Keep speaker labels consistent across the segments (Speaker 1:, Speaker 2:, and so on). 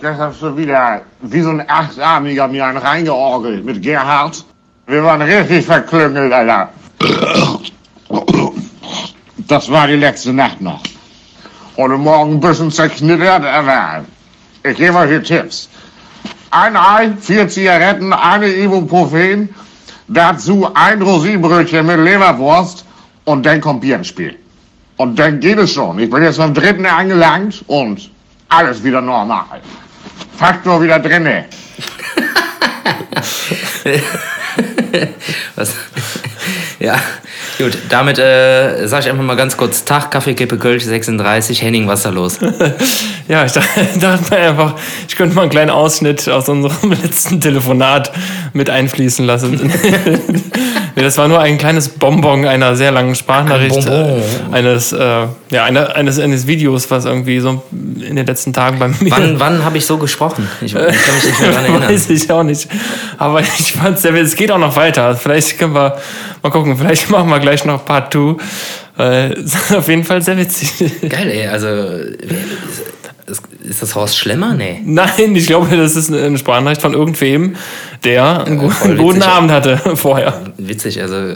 Speaker 1: das hast du wieder wie so ein Achtarmiger mir einen reingeorgelt mit Gerhard. Wir waren richtig verklüngelt, Alter. Das war die letzte Nacht noch. Und morgen ein bisschen zerknittert, Alter. Ich gebe euch hier Tipps. Ein Ei, vier Zigaretten, eine Ibuprofen, dazu ein Rosinbrötchen mit Leberwurst und dann kommt Bier ins Spiel. Und dann geht es schon. Ich bin jetzt beim dritten angelangt und alles wieder normal. Faktor wieder drinne.
Speaker 2: Was? Ja, gut, damit äh, sage ich einfach mal ganz kurz: Tag, Kaffeekippe Kölsch 36, Henning, was ist da los?
Speaker 3: Ja, ich dachte, dachte mir einfach, ich könnte mal einen kleinen Ausschnitt aus unserem letzten Telefonat mit einfließen lassen. nee, das war nur ein kleines Bonbon einer sehr langen Sprachnachricht
Speaker 2: Ein Bonbon.
Speaker 3: äh, eines, äh, ja, einer, eines, eines Videos, was irgendwie so in den letzten Tagen bei mir
Speaker 2: Wann, wann habe ich so gesprochen? Ich, ich kann mich nicht mehr daran erinnern.
Speaker 3: Weiß ich auch nicht. Aber ich fand's sehr witzig. Es geht auch noch weiter. Vielleicht können wir mal gucken. Vielleicht machen wir gleich noch Part 2. Äh, ist auf jeden Fall sehr witzig.
Speaker 2: Geil, ey, also. Ist, ist das Horst Schlemmer? Nee.
Speaker 3: Nein, ich glaube, das ist eine Sprachnachricht von irgendwem, der einen, gu-
Speaker 2: Äh, voll
Speaker 3: einen guten
Speaker 2: witzig.
Speaker 3: Abend hatte vorher.
Speaker 2: Witzig, also.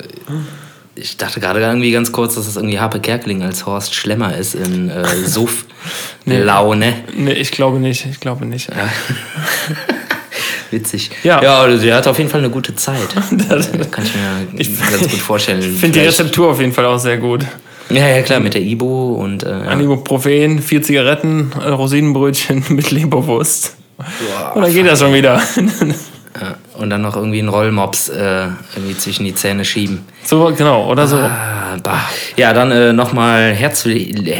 Speaker 2: Ich dachte gerade irgendwie ganz kurz, dass es irgendwie Harpe Kerkeling als Horst Schlemmer ist in äh, Suff. Laune.
Speaker 3: Nee, ich glaube nicht. Ich glaube nicht.
Speaker 2: Witzig.
Speaker 3: Ja.
Speaker 2: ja, also sie hat auf jeden Fall eine gute Zeit.
Speaker 3: Das-
Speaker 2: Äh, Kann ich mir ganz gut vorstellen.
Speaker 3: Ich finde die
Speaker 2: Vielleicht-
Speaker 3: Rezeptur auf jeden Fall auch sehr gut.
Speaker 2: Ja, ja, klar, mit der Ibo und äh, ja.
Speaker 3: Ibuprofen, vier Zigaretten, äh, Rosinenbrötchen mit Leberwurst. Und dann geht das schon wieder.
Speaker 2: Ja, und dann noch irgendwie einen Rollmops äh, irgendwie zwischen die Zähne schieben.
Speaker 3: So, genau, oder so.
Speaker 2: Ah, bah. Ja, dann äh, nochmal herzlich. äh,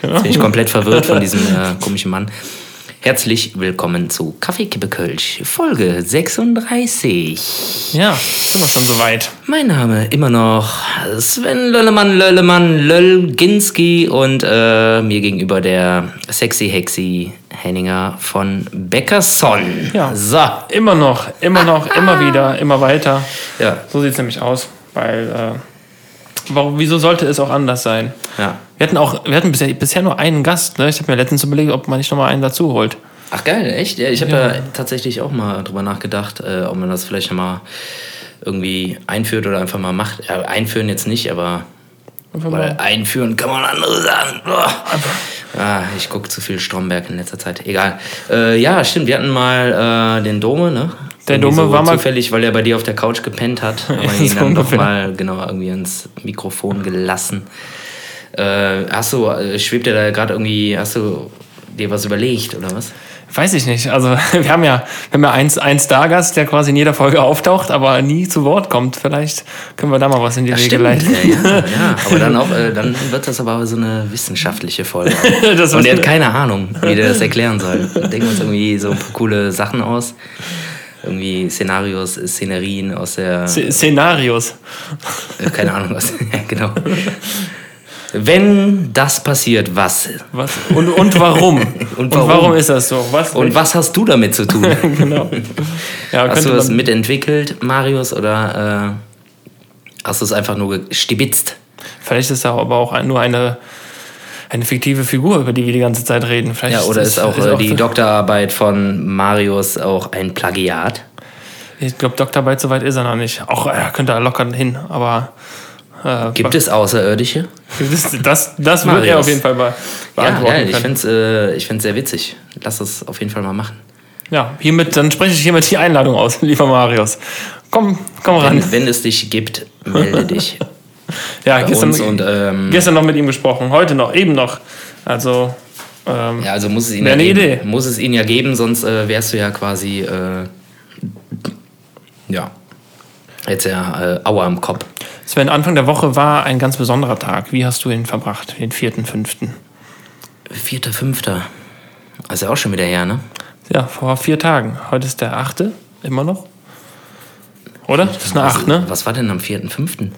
Speaker 2: Jetzt bin ich komplett verwirrt von diesem äh, komischen Mann. Herzlich willkommen zu Kaffeekippe Kölsch, Folge 36.
Speaker 3: Ja, sind wir schon so weit.
Speaker 2: Mein Name immer noch Sven Löllemann, Löllemann, Löllginski und äh, mir gegenüber der sexy Hexi Henninger von Beckerson.
Speaker 3: Ja.
Speaker 2: So.
Speaker 3: Immer noch, immer noch, immer wieder, immer weiter.
Speaker 2: Ja.
Speaker 3: So sieht es nämlich aus, weil äh, warum, wieso sollte es auch anders sein?
Speaker 2: Ja.
Speaker 3: Wir hatten auch, wir hatten bisher, bisher nur einen Gast. Ne? Ich habe mir letztens überlegt, ob man nicht nochmal einen dazu holt.
Speaker 2: Ach geil, echt? Ja, ich habe da tatsächlich auch mal drüber nachgedacht, äh, ob man das vielleicht mal irgendwie einführt oder einfach mal macht. Ja, einführen jetzt nicht, aber weil einführen kann man andere Sachen. Boah. Ah, ich gucke zu viel Stromberg in letzter Zeit. Egal. Äh, ja, stimmt. Wir hatten mal äh, den Dome, ne?
Speaker 3: Der
Speaker 2: Irgendwie
Speaker 3: Dome
Speaker 2: so
Speaker 3: war mal-
Speaker 2: zufällig, weil er bei dir auf der Couch gepennt hat, haben wir
Speaker 3: Ja,
Speaker 2: ihn
Speaker 3: so
Speaker 2: dann
Speaker 3: ungefähr.
Speaker 2: nochmal genau irgendwie ans Mikrofon gelassen. Äh, hast du, äh, schwebt er da gerade irgendwie, hast du dir was überlegt oder was?
Speaker 3: Weiß ich nicht. Also wir haben ja, wir haben ja einen, einen Stargast, der quasi in jeder Folge auftaucht, aber nie zu Wort kommt. Vielleicht können wir da mal was in die Wege leiten.
Speaker 2: Ja, ja, ja. Aber dann auch, äh, dann wird das aber so eine wissenschaftliche Folge.
Speaker 3: Das
Speaker 2: Und er hat
Speaker 3: war's.
Speaker 2: keine Ahnung, wie der das erklären soll. Wir denken uns irgendwie so ein paar coole Sachen aus. Irgendwie Szenarios, Szenerien aus der.
Speaker 3: Szen- Szenarios.
Speaker 2: Äh, keine Ahnung was. ja, genau. Wenn das passiert, was?
Speaker 3: Was? Und, und warum?
Speaker 2: Und
Speaker 3: Und warum
Speaker 2: warum
Speaker 3: ist das so? Was
Speaker 2: Und was hast du damit zu tun?
Speaker 3: genau. Ja,
Speaker 2: Hast
Speaker 3: könnte
Speaker 2: du das
Speaker 3: man-
Speaker 2: mitentwickelt, Marius, oder äh, hast du es einfach nur gestibitzt?
Speaker 3: Vielleicht ist da aber auch ein- nur eine, eine fiktive Figur, über die wir die ganze Zeit reden. Vielleicht
Speaker 2: Ja, oder
Speaker 3: das-
Speaker 2: ist auch äh, die Doktorarbeit von Marius auch ein Plagiat?
Speaker 3: Ich glaube, Doktorarbeit soweit ist er noch nicht. Auch äh, er könnte er locker hin, aber. Äh,
Speaker 2: Gibt es Außerirdische?
Speaker 3: das, das, das wird er
Speaker 2: Marius.
Speaker 3: auf jeden Fall be
Speaker 2: Ja,
Speaker 3: beantworten
Speaker 2: ja ich
Speaker 3: können.
Speaker 2: finde es äh, ich find's sehr witzig. Lass das auf jeden Fall mal machen.
Speaker 3: Ja, hiermit, dann spreche ich hiermit die Einladung aus, lieber Marius. Komm, komm ran.
Speaker 2: Wenn, wenn es dich gibt, melde dich.
Speaker 3: Ja,
Speaker 2: bei
Speaker 3: gestern,
Speaker 2: uns und, ähm,
Speaker 3: gestern noch mit ihm gesprochen, heute noch, eben noch. Also, ähm,
Speaker 2: Ja, also muss es ihnen
Speaker 3: Wäre
Speaker 2: ja
Speaker 3: eine
Speaker 2: geben,
Speaker 3: Idee.
Speaker 2: muss es ihnen ja geben, sonst äh, wärst du ja quasi äh, ja jetzt ja äh, Aua im Kopf.
Speaker 3: Sven, Anfang der Woche war ein ganz besonderer Tag. Wie hast du ihn verbracht, den vierten, fünften?
Speaker 2: Vierter, fünfter, also auch schon wieder her, ne?
Speaker 3: Ja, vor vier Tagen. Heute ist der achte, immer noch. Oder? Das ist eine
Speaker 2: was,
Speaker 3: acht, ne?
Speaker 2: Also, Was war denn am vierten, fünften?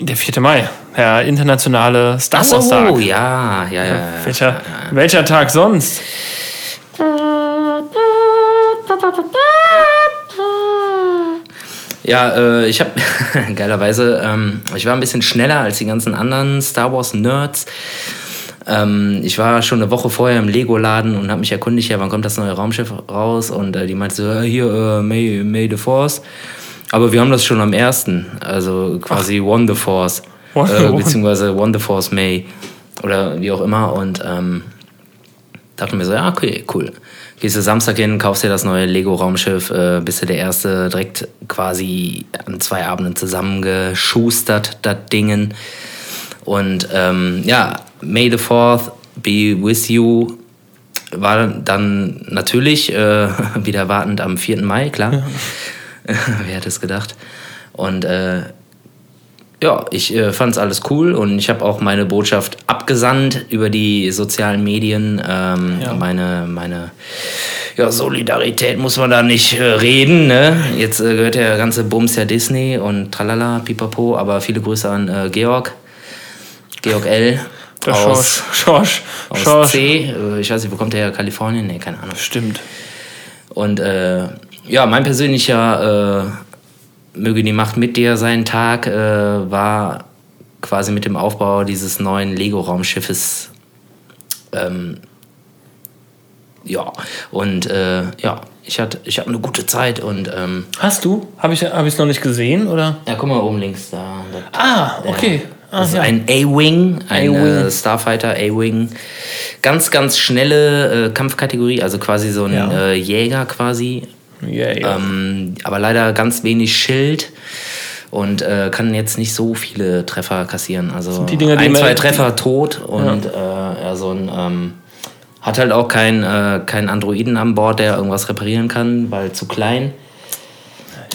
Speaker 3: Der 4. Mai, der internationale Star Wars Tag.
Speaker 2: Oh ja, ja, ja. ja.
Speaker 3: welcher, welcher Tag sonst?
Speaker 2: Ja, äh, ich habe geilerweise, ähm, ich war ein bisschen schneller als die ganzen anderen Star Wars Nerds. Ähm, ich war schon eine Woche vorher im Lego-Laden und habe mich erkundigt, ja, wann kommt das neue Raumschiff raus? Und äh, die meinte so, ja, hier, äh, May, May the Force. Aber wir haben das schon am 1. Also quasi One the Force.
Speaker 3: One-
Speaker 2: äh,
Speaker 3: One-
Speaker 2: beziehungsweise One the Force May. Oder wie auch immer. Und ähm, dachte mir so, ja, okay, cool. Gehst du Samstag hin, kaufst dir das neue Lego-Raumschiff, äh, bist du der Erste, direkt quasi an zwei Abenden zusammengeschustert, das Dingen. Und ähm, ja, May the 4th be with you war dann natürlich äh, wieder wartend am 4. Mai, klar. Wer hätte es gedacht? Und äh, ja, ich äh, fand's alles cool und ich habe auch meine Botschaft abgesandt über die sozialen Medien. Ähm,
Speaker 3: Ja.
Speaker 2: Meine, meine ja, Solidarität muss man da nicht äh, reden. Ne? Jetzt äh, gehört der ganze Bums ja Disney und tralala, pipapo. Aber viele Grüße an äh, Georg, Georg L.
Speaker 3: Der
Speaker 2: aus,
Speaker 3: Schorsch. Schorsch.
Speaker 2: aus
Speaker 3: Schorsch.
Speaker 2: C. Äh, Ich weiß nicht, wo kommt der her? Kalifornien? Nee, keine Ahnung.
Speaker 3: Stimmt.
Speaker 2: Und äh, ja, mein persönlicher äh, Möge die Macht mit dir sein Tag äh, war quasi mit dem Aufbau dieses neuen Lego-Raumschiffes. Ähm, ja, und äh, ja, ich hatte, ich hatte eine gute Zeit und ähm,
Speaker 3: Hast du? Habe ich es noch nicht gesehen, oder?
Speaker 2: ja, guck mal oben links da. da
Speaker 3: Ah, okay. Ah,
Speaker 2: Das ist
Speaker 3: ja.
Speaker 2: ein A-Wing, ein
Speaker 3: A-Wing.
Speaker 2: äh, Starfighter A-Wing. Ganz, ganz schnelle äh, Kampfkategorie, also quasi so ein
Speaker 3: Ja.
Speaker 2: äh, Jäger quasi.
Speaker 3: Ja, ja.
Speaker 2: Ähm, aber leider ganz wenig Schild und äh, kann jetzt nicht so viele Treffer kassieren. Also
Speaker 3: die Dinger, die
Speaker 2: ein,
Speaker 3: man-
Speaker 2: zwei Treffer tot und äh, ja, so ein ähm, hat halt auch keinen äh, kein Androiden an Bord, der irgendwas reparieren kann, weil zu klein.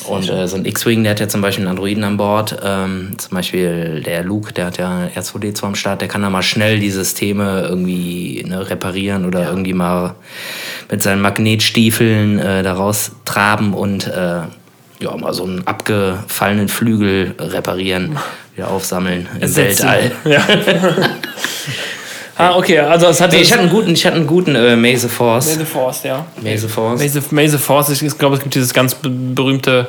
Speaker 2: Und äh, so ein X-Wing, der hat ja zum Beispiel einen Androiden an Bord. Ähm, zum Beispiel der Luke, der hat ja R2D2 am Start, der kann da mal schnell die Systeme irgendwie ne, reparieren oder irgendwie mal mit seinen Magnetstiefeln äh, daraus traben und äh, ja, mal so einen abgefallenen Flügel reparieren, wieder aufsammeln im
Speaker 3: Ersetzen.
Speaker 2: Weltall.
Speaker 3: Ja. ah, okay. Also es hat
Speaker 2: Nee, ich hatte einen guten, ich hatte einen guten äh, Maze Force.
Speaker 3: Maze Force, ja.
Speaker 2: Maze Force.
Speaker 3: Maze, Maze Force, ich, ich glaube, es gibt dieses ganz be- berühmte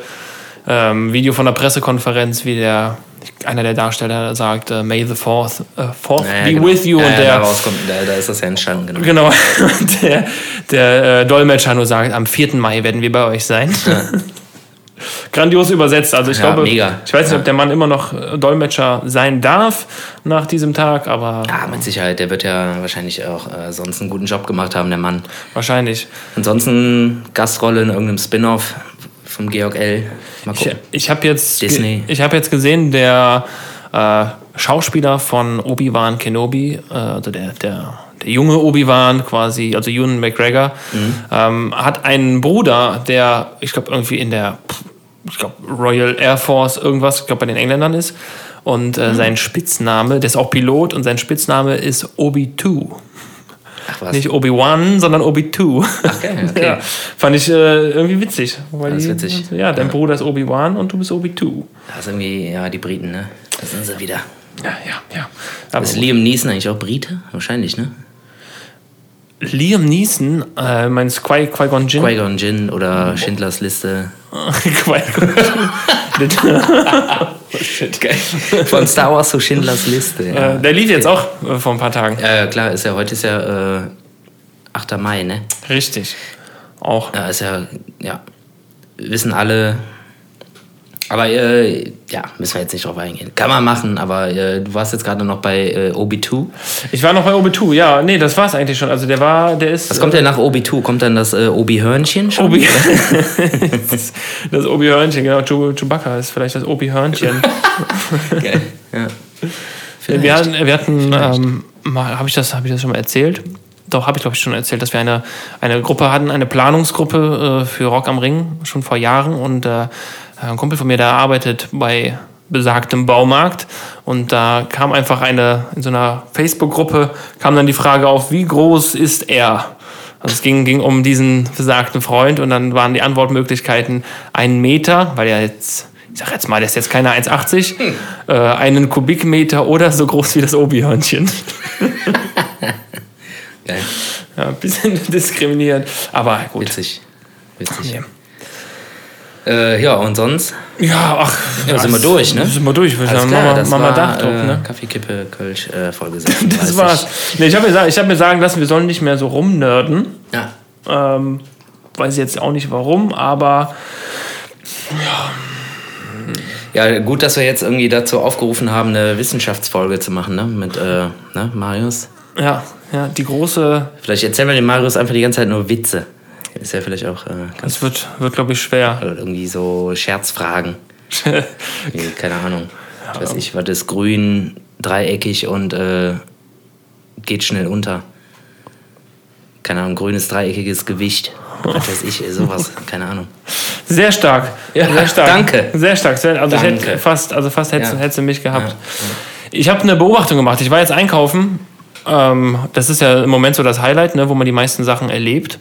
Speaker 3: ähm, Video von der Pressekonferenz, wie der einer der Darsteller sagt, äh, May the Fourth, äh, fourth
Speaker 2: Naja,
Speaker 3: be
Speaker 2: genau.
Speaker 3: with you
Speaker 2: ja,
Speaker 3: und
Speaker 2: ja,
Speaker 3: der
Speaker 2: Daraus kommt, da, da ist das ja entstanden, genau.
Speaker 3: Genau. Und der, der äh, Dolmetscher nur sagt, am 4. Mai werden wir bei euch sein. Grandios übersetzt. Also ich
Speaker 2: Ja,
Speaker 3: glaube,
Speaker 2: mega.
Speaker 3: ich weiß nicht,
Speaker 2: Ja.
Speaker 3: ob der Mann immer noch äh, Dolmetscher sein darf nach diesem Tag, aber
Speaker 2: Ja, Ah, mit Sicherheit. Der wird ja wahrscheinlich auch äh, sonst einen guten Job gemacht haben, der Mann.
Speaker 3: wahrscheinlich.
Speaker 2: Ansonsten Gastrolle in irgendeinem Spin-off vom Georg L. Mal
Speaker 3: Ich, äh,
Speaker 2: gucken.
Speaker 3: ich habe jetzt,
Speaker 2: Disney.
Speaker 3: ich habe jetzt gesehen, der äh, Schauspieler von Obi-Wan Kenobi, äh, also der, der, der junge Obi-Wan quasi, also Ewan McGregor,
Speaker 2: Mhm.
Speaker 3: ähm, hat einen Bruder, der, ich glaube, irgendwie in der pff, ich glaub, Royal Air Force irgendwas, ich glaube, bei den Engländern ist. Und
Speaker 2: Mhm.
Speaker 3: äh, sein Spitzname, der ist auch Pilot und sein Spitzname ist Obi-2.
Speaker 2: Ach was.
Speaker 3: Nicht Obi-Wan, sondern Obi-2.
Speaker 2: Ach geil, okay.
Speaker 3: Ja, fand ich äh, irgendwie witzig. Weil
Speaker 2: Das ist
Speaker 3: die-
Speaker 2: witzig.
Speaker 3: Ja, dein Bruder ist Obi-Wan und du bist Obi-2.
Speaker 2: Das ist irgendwie, ja, die Briten, ne? Da sind sie wieder.
Speaker 3: Ja, ja, ja. Aber
Speaker 2: Ist Liam Neeson eigentlich auch Brite? Wahrscheinlich, ne?
Speaker 3: Liam Neeson, äh, mein Qui- Qui-Gon Jinn.
Speaker 2: Qui-Gon Jinn oder Schindlers Liste.
Speaker 3: Qui-Gon Jinn. oh, shit.
Speaker 2: Von Star Wars zu Schindlers Liste. Ja,
Speaker 3: Äh, der lief jetzt auch äh, vor ein paar Tagen.
Speaker 2: ja klar, ist ja, heute ist ja äh, 8. Mai, ne?
Speaker 3: Richtig. Auch.
Speaker 2: Ja, ist ja, ja, wissen alle. Aber äh, ja, müssen wir jetzt nicht drauf eingehen. Kann man machen, aber äh, du warst jetzt gerade noch bei äh, Obi-2.
Speaker 3: Ich war noch bei Obi-2. Ja, nee, das war's eigentlich schon. Also der war, der ist.
Speaker 2: Was kommt denn nach Obi-2? Kommt dann das äh, Obi-Hörnchen schon?
Speaker 3: Obi. das das Obi-Hörnchen, genau. Chew- Chewbacca ist vielleicht das Obi-Hörnchen.
Speaker 2: Geil. ja.
Speaker 3: Äh, Wir hatten, wir hatten ähm, mal- habe ich, das- hab ich das schon mal erzählt? Doch, habe ich glaube ich schon erzählt, dass wir eine, eine Gruppe hatten, eine Planungsgruppe äh, für Rock am Ring, schon vor Jahren. Und äh, ein Kumpel von mir, der arbeitet bei besagtem Baumarkt. Und da kam einfach eine, in so einer Facebook-Gruppe, kam dann die Frage auf, wie groß ist er? Also es ging, ging um diesen besagten Freund und dann waren die Antwortmöglichkeiten einen Meter, weil er jetzt, ich sag jetzt mal, der ist jetzt keiner 1,80,
Speaker 2: Hm.
Speaker 3: äh, einen Kubikmeter oder so groß wie das Obi-Hörnchen.
Speaker 2: Geil.
Speaker 3: Ja, ein bisschen diskriminierend, aber gut.
Speaker 2: Witzig. Witzig.
Speaker 3: Ja.
Speaker 2: Äh, ja, und sonst
Speaker 3: Ja, ach.
Speaker 2: Ja, sind wir
Speaker 3: das-
Speaker 2: durch, ne?
Speaker 3: Sind wir durch, würde ich
Speaker 2: Alles
Speaker 3: sagen.
Speaker 2: klar,
Speaker 3: Mama,
Speaker 2: das
Speaker 3: Mama
Speaker 2: war,
Speaker 3: Dachdruck,
Speaker 2: äh,
Speaker 3: ne?
Speaker 2: Kaffeekippe, Kölsch, äh, Folge 36.
Speaker 3: Das war's. Nee, ich habe mir, sa- ich hab mir sagen lassen, wir sollen nicht mehr so rumnerden.
Speaker 2: Ja.
Speaker 3: Ähm, weiß jetzt auch nicht warum, aber
Speaker 2: ja, gut, dass wir jetzt irgendwie dazu aufgerufen haben, eine Wissenschaftsfolge zu machen, ne? Mit äh, ne? Marius.
Speaker 3: ja, ja, die große.
Speaker 2: Vielleicht erzählen wir dem Marius einfach die ganze Zeit nur Witze. Ist ja vielleicht auch äh, ganz
Speaker 3: Es wird, wird glaube ich, schwer.
Speaker 2: oder irgendwie so Scherzfragen. Wie, keine Ahnung. Ich weiß nicht, was ist grün, dreieckig und äh, geht schnell unter. Keine Ahnung, grünes, dreieckiges Gewicht. Was weiß ich, sowas. Keine Ahnung.
Speaker 3: Sehr stark.
Speaker 2: Ja,
Speaker 3: sehr stark.
Speaker 2: danke.
Speaker 3: Sehr stark. Sven. Also ich hätte
Speaker 2: Danke.
Speaker 3: fast, also fast hättest,
Speaker 2: Ja.
Speaker 3: hättest du mich gehabt. Ich habe eine Beobachtung gemacht. Ich war jetzt einkaufen. Ähm, das ist ja im Moment so das Highlight, ne, wo man die meisten Sachen erlebt.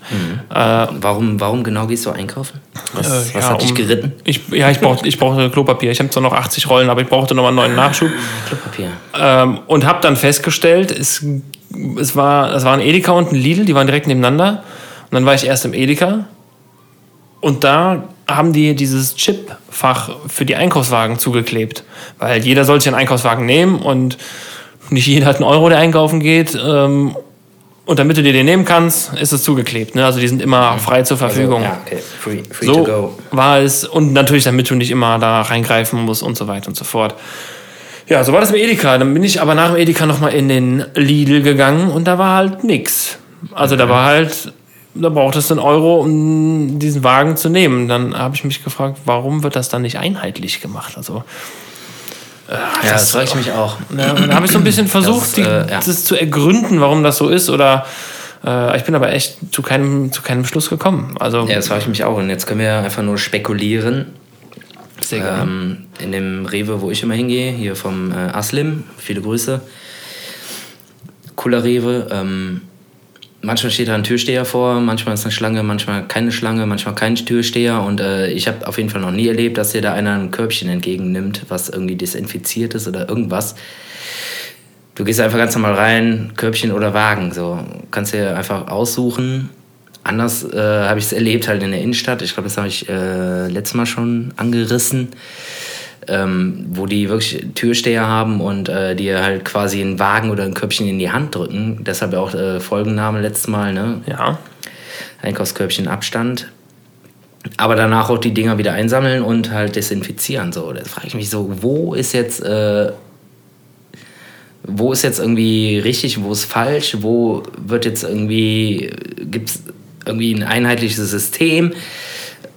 Speaker 3: Äh,
Speaker 2: Warum, warum genau gehst du einkaufen? Was,
Speaker 3: Äh,
Speaker 2: Mhm. was
Speaker 3: ja,
Speaker 2: hat dich
Speaker 3: um-
Speaker 2: geritten?
Speaker 3: Ich, ja, ich brauchte, ich brauchte Klopapier. Ich habe zwar noch 80 Rollen, aber ich brauchte nochmal einen neuen Nachschub.
Speaker 2: Klopapier. Also,
Speaker 3: Ähm, und habe dann festgestellt, es, es, war, es war ein Edeka und ein Lidl, die waren direkt nebeneinander. Und dann war ich erst im Edeka. Und da haben die dieses Chipfach für die Einkaufswagen zugeklebt. Weil jeder sollte sich einen Einkaufswagen nehmen und nicht jeder hat einen Euro, der einkaufen geht. Ähm, und damit du dir den nehmen kannst, ist es zugeklebt. Ne? Also die sind immer frei zur Verfügung.
Speaker 2: Ja, okay. Free, free to
Speaker 3: So
Speaker 2: go.
Speaker 3: war es. Und natürlich, damit du nicht immer da reingreifen musst und so weiter und so fort. Ja, so war das im Edeka. Dann bin ich aber nach dem Edeka nochmal in den Lidl gegangen und da war halt nix. Also
Speaker 2: Mhm.
Speaker 3: da war halt, da brauchtest du einen Euro, um diesen Wagen zu nehmen. Dann habe ich mich gefragt, warum wird das dann nicht einheitlich gemacht? Also
Speaker 2: Ja, das frage ich mich auch.
Speaker 3: ja, und dann habe ich so ein bisschen
Speaker 2: Das,
Speaker 3: versucht,
Speaker 2: äh,
Speaker 3: die,
Speaker 2: ja.
Speaker 3: das zu ergründen, warum das so ist. Oder äh, ich bin aber echt zu keinem, zu keinem Schluss gekommen. Also
Speaker 2: Ja, das frage ich mich auch. Und jetzt können wir einfach nur spekulieren.
Speaker 3: sehr gerne.
Speaker 2: Ähm, in dem Rewe, wo ich immer hingehe, hier vom äh, Aslim, viele Grüße. Cooler Rewe. Ähm, manchmal steht da ein Türsteher vor, manchmal ist eine Schlange, manchmal keine Schlange, manchmal kein Türsteher. Und äh, ich habe auf jeden Fall noch nie erlebt, dass dir da einer ein Körbchen entgegennimmt, was irgendwie desinfiziert ist oder irgendwas. Du gehst einfach ganz normal rein, Körbchen oder Wagen. So kannst dir einfach aussuchen. Anders äh, habe ich es erlebt halt in der Innenstadt. Ich glaube, das habe ich äh, letztes Mal schon angerissen, ähm, wo die wirklich Türsteher haben und äh, dir halt quasi einen Wagen oder ein Körbchen in die Hand drücken. Deshalb auch äh, Folgenname letztes Mal, ne?
Speaker 3: ja.
Speaker 2: Einkaufskörbchen Abstand. Aber danach auch die Dinger wieder einsammeln und halt desinfizieren. So, da frage ich mich so, wo ist jetzt, äh, wo ist jetzt irgendwie richtig, wo ist falsch, wo wird jetzt irgendwie, gibt es irgendwie ein einheitliches System?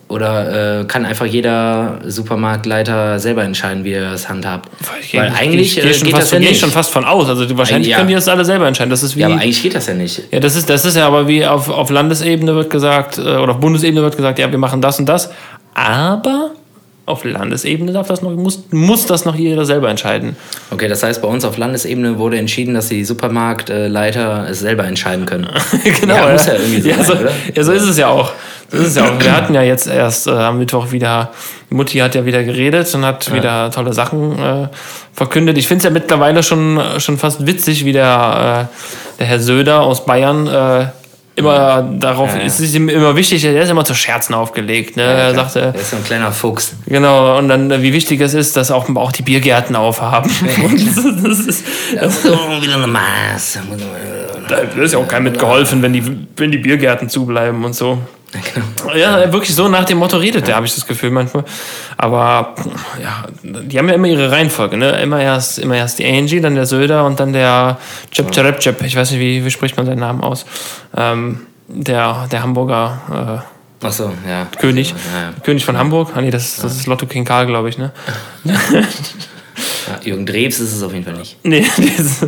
Speaker 2: Oder äh, kann einfach jeder Supermarktleiter selber entscheiden, wie er das handhabt? Weil eigentlich
Speaker 3: ich,
Speaker 2: äh,
Speaker 3: gehe schon
Speaker 2: geht
Speaker 3: fast,
Speaker 2: das ja
Speaker 3: gehe ich
Speaker 2: nicht.
Speaker 3: schon fast von aus. Also die- wahrscheinlich
Speaker 2: Ja.
Speaker 3: können die das alle selber entscheiden. Das ist wie
Speaker 2: ja, aber eigentlich geht das ja nicht.
Speaker 3: ja, das ist, das ist ja aber wie auf, auf Landesebene wird gesagt, äh, oder auf Bundesebene wird gesagt, ja, wir machen das und das. Aber auf Landesebene darf das noch, muss, muss das noch jeder selber entscheiden.
Speaker 2: Okay, das heißt, bei uns auf Landesebene wurde entschieden, dass die Supermarktleiter äh, es selber entscheiden können.
Speaker 3: genau.
Speaker 2: Ja, muss ja irgendwie so
Speaker 3: ja, so,
Speaker 2: sein, oder?
Speaker 3: ja, so ist es ja auch. So ist es ja auch. Wir hatten ja jetzt erst äh, am Mittwoch wieder, Mutti hat ja wieder geredet und hat wieder tolle Sachen äh, verkündet. Ich finde es ja mittlerweile schon, äh, schon fast witzig, wie der, äh, der Herr Söder aus Bayern äh, immer darauf,
Speaker 2: Ja, ja.
Speaker 3: es ist ihm immer wichtig, er ist immer zu Scherzen aufgelegt. Ne? er
Speaker 2: klar.
Speaker 3: sagte,
Speaker 2: Er ist so ein kleiner Fuchs.
Speaker 3: genau, und dann, äh, wie wichtig es ist, dass auch, auch die Biergärten aufhaben. Und das, ist, das,
Speaker 2: So, wieder eine Maß.
Speaker 3: das ist ja auch keinem mitgeholfen, wenn die, wenn die Biergärten zubleiben und so.
Speaker 2: Genau.
Speaker 3: Ja, wirklich so nach dem Motto redet der, habe ich das Gefühl manchmal. Aber ja, die haben ja immer ihre Reihenfolge, ne? Immer erst, immer erst die Angie, dann der Söder und dann der Chip Charep Chip. Ich weiß nicht, wie, wie spricht man seinen Namen aus? Ähm, der, der Hamburger
Speaker 2: Ach so, ja.
Speaker 3: äh, König.
Speaker 2: Ja,
Speaker 3: König von Hamburg. Ah nee, das, das ist Lotto King Karl, glaube ich, ne?
Speaker 2: ja. Jürgen Drebs ist es auf jeden Fall nicht.
Speaker 3: Nee, das,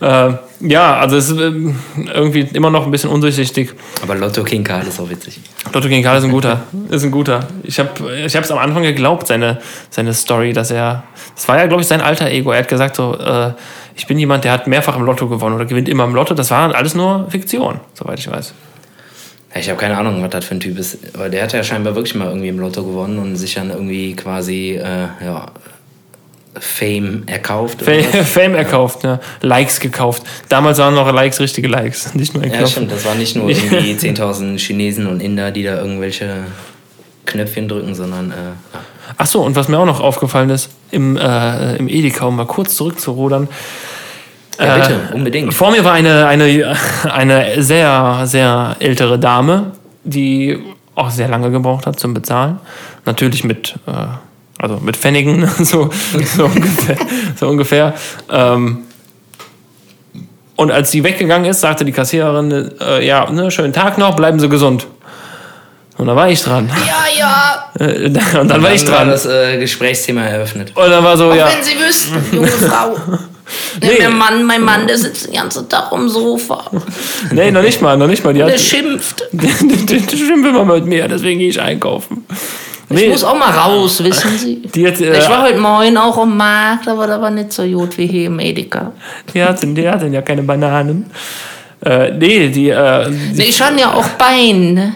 Speaker 3: äh, ja, also es ist ähm, irgendwie immer noch ein bisschen undurchsichtig.
Speaker 2: Aber Lotto King Karl ist auch witzig.
Speaker 3: Lotto gegen Karl ist ein guter. Ist ein guter. Ich habe ich hab's am Anfang geglaubt, seine, seine Story, dass er. Das war ja, glaube ich, sein alter Ego. Er hat gesagt, so, äh, ich bin jemand, der hat mehrfach im Lotto gewonnen oder gewinnt immer im Lotto. Das war alles nur Fiktion, soweit ich weiß.
Speaker 2: Ja, Ich habe keine Ahnung, was das für ein Typ ist. Weil der hat ja scheinbar wirklich mal irgendwie im Lotto gewonnen und sich dann irgendwie quasi, äh, ja, Fame erkauft. oder
Speaker 3: Fame,
Speaker 2: was.
Speaker 3: Fame erkauft, ne? Likes gekauft. Damals waren noch Likes richtige Likes, nicht nur ein
Speaker 2: Ja,
Speaker 3: Knopf.
Speaker 2: stimmt. Das waren nicht nur irgendwie 10.000 Chinesen und Inder, die da irgendwelche Knöpfchen drücken, sondern äh,
Speaker 3: Ach so, und was mir auch noch aufgefallen ist, im, äh, im Edeka, um mal kurz zurückzurodern.
Speaker 2: ja, bitte, unbedingt.
Speaker 3: Äh, Vor mir war eine, eine, eine sehr, sehr ältere Dame, die auch sehr lange gebraucht hat zum Bezahlen. Natürlich mit, äh, also mit Pfennigen, so, so ungefähr. So ungefähr. Ähm, und als sie weggegangen ist, sagte die Kassiererin, äh, ja, ne, schönen Tag noch, bleiben Sie gesund. Und da war ich dran.
Speaker 2: Ja, ja.
Speaker 3: Äh, Und dann, war ich
Speaker 2: War
Speaker 3: dran.
Speaker 2: das äh, Gesprächsthema eröffnet.
Speaker 3: Und dann war so, ja.
Speaker 4: Wenn Sie wüssten, junge Frau.
Speaker 3: Nee.
Speaker 4: Mein Mann, mein Mann, der sitzt den ganzen Tag am Sofa.
Speaker 3: Nee, noch nicht mal, noch nicht mal. Die
Speaker 4: Der
Speaker 3: hat,
Speaker 4: schimpft.
Speaker 3: die schwimmt immer mit mir, deswegen gehe ich einkaufen. Nee,
Speaker 4: Ich muss auch mal raus, wissen Sie.
Speaker 3: die hat,
Speaker 4: Ich war
Speaker 3: äh,
Speaker 4: heute Morgen auch am Markt, aber da war nicht so gut wie hier im Edeka.
Speaker 3: die, hat, die hat ja keine Bananen. Äh, nee, die, äh, die,
Speaker 4: Nee, ich habe ja auch Beine.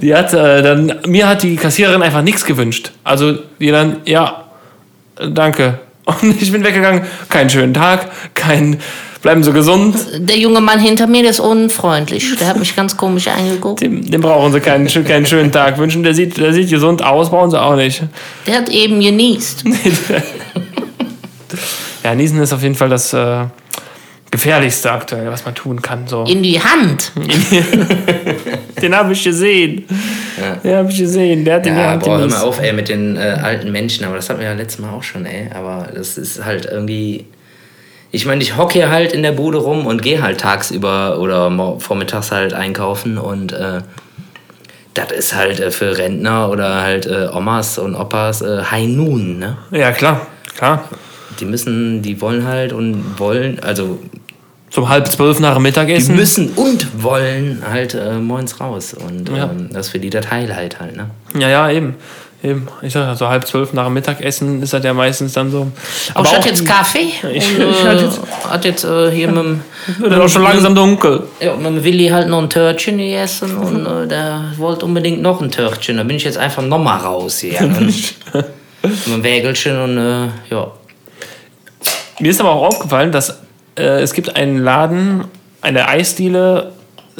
Speaker 3: die hat äh, dann, mir hat die Kassiererin einfach nichts gewünscht. Also die dann, ja, äh, danke. Und ich bin weggegangen, keinen schönen Tag, kein, bleiben Sie gesund,
Speaker 4: Der junge Mann hinter mir, der ist unfreundlich. Der hat mich ganz komisch angeguckt.
Speaker 3: dem, dem brauchen Sie keinen, schö- keinen schönen Tag wünschen, der sieht, der sieht gesund aus, brauchen Sie auch nicht.
Speaker 4: Der hat eben genießt.
Speaker 3: Ja, Niesen ist auf jeden Fall das äh, gefährlichste aktuell, was man tun kann. So.
Speaker 4: In die Hand.
Speaker 3: Den habe ich gesehen. Den habe ich gesehen. Der hat den
Speaker 2: Ja,
Speaker 3: ja,
Speaker 2: boah, hör mal auf, ey, mit den äh, alten Menschen. Aber das hatten wir ja letztes Mal auch schon, ey. Aber das ist halt irgendwie. Ich meine, ich hocke hier halt in der Bude rum und gehe halt tagsüber oder mor- vormittags halt einkaufen und äh, das ist halt äh, für Rentner oder halt äh, Omas und Opas äh, High Noon, ne?
Speaker 3: Ja, klar. Klar.
Speaker 2: Die müssen, die wollen halt und wollen, also
Speaker 3: Zum halb zwölf nach dem
Speaker 2: die
Speaker 3: Mittagessen.
Speaker 2: müssen und wollen halt äh, moins raus. Und
Speaker 3: Ja.
Speaker 2: ähm, das ist für die das Highlight halt, ne?
Speaker 3: ja, ja, eben. Eben. Ich sag ja, so halb zwölf nach dem Mittagessen ist das ja meistens dann so.
Speaker 4: Aber ich hatte jetzt Kaffee. Und,
Speaker 3: Ich-
Speaker 4: äh,
Speaker 3: ich hatte jetzt-
Speaker 4: hat jetzt äh, hier mit dem
Speaker 3: wird auch schon langsam dunkel.
Speaker 4: Ja, und mit Willi halt noch ein Törtchen gegessen und äh, der wollte unbedingt noch.
Speaker 2: noch ein Törtchen, da bin ich jetzt einfach nochmal raus hier. Und ein Wägelchen und äh, ja.
Speaker 3: Also Mir ist aber auch aufgefallen, dass äh, es gibt einen Laden, eine Eisdiele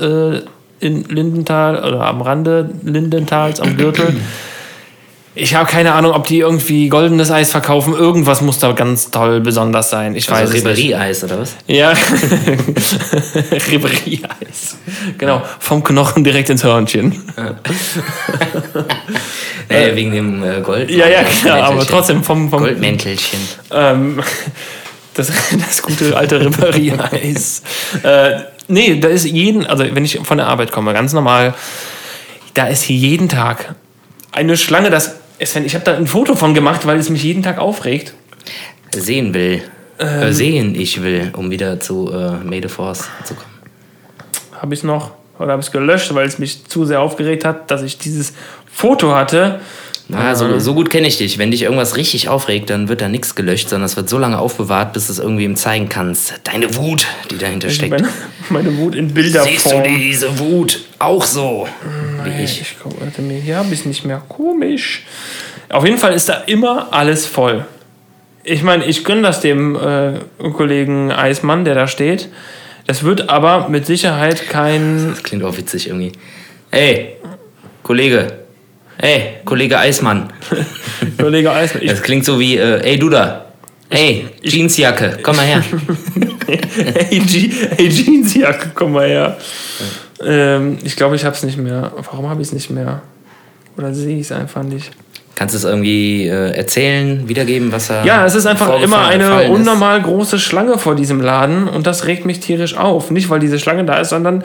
Speaker 3: äh, in Lindenthal oder am Rande Lindenthals, am Gürtel. Ich habe keine Ahnung, ob die irgendwie goldenes Eis verkaufen. Irgendwas muss da ganz toll besonders sein. Ich weiß
Speaker 2: Also
Speaker 3: es nicht.
Speaker 2: Ribéry-Eis oder was?
Speaker 3: Ja. Ribéry-Eis. Genau. Vom Knochen direkt ins Hörnchen.
Speaker 2: Nee, wegen dem äh, Gold.
Speaker 3: Ja, ja, klar. Aber
Speaker 2: Mäntelchen.
Speaker 3: trotzdem vom, vom,
Speaker 2: Goldmäntelchen.
Speaker 3: Ähm, das, das gute alte Ripperie-Eis. äh, nee, da ist jeden, also wenn ich von der Arbeit komme, ganz normal, da ist hier jeden Tag eine Schlange, das. Sven, ich habe da ein Foto von gemacht, weil es mich jeden Tag aufregt.
Speaker 2: Sehen will.
Speaker 3: Ähm.
Speaker 2: Äh, sehen ich will, um wieder zu äh, Made of Force zu kommen.
Speaker 3: Habe ich es noch oder habe ich es gelöscht, weil es mich zu sehr aufgeregt hat, dass ich dieses Foto hatte.
Speaker 2: Ah, so, so gut kenne ich dich. Wenn dich irgendwas richtig aufregt, dann wird da nichts gelöscht, sondern es wird so lange aufbewahrt, bis du es irgendwem zeigen kannst. Deine Wut, die dahinter steckt.
Speaker 3: Meine, meine Wut in
Speaker 2: Siehst du
Speaker 3: Bilderform.
Speaker 2: diese Wut auch so? Wie ich.
Speaker 3: Ich guck, warte mir, hier habe ich nicht mehr. Komisch. Auf jeden Fall ist da immer alles voll. Ich meine, ich gönne das dem äh, Kollegen Eismann, der da steht. Das wird aber mit Sicherheit kein.
Speaker 2: Das klingt auch witzig irgendwie. Ey, Kollege. Ey, Kollege Eismann.
Speaker 3: Kollege Eismann. Ich,
Speaker 2: Das klingt so wie, äh, ey, du da. Ey, Jeansjacke, komm mal her.
Speaker 3: hey, Je hey, Jeansjacke, komm mal her. Ähm, ich glaube, ich habe es nicht mehr. Warum habe ich es nicht mehr? Oder sehe ich es einfach nicht?
Speaker 2: Kannst du es irgendwie äh, erzählen, wiedergeben, was er.
Speaker 3: Ja, es ist einfach immer eine
Speaker 2: vorgefallen ist?
Speaker 3: unnormal große Schlange vor diesem Laden und das regt mich tierisch auf. Nicht, weil diese Schlange da ist, sondern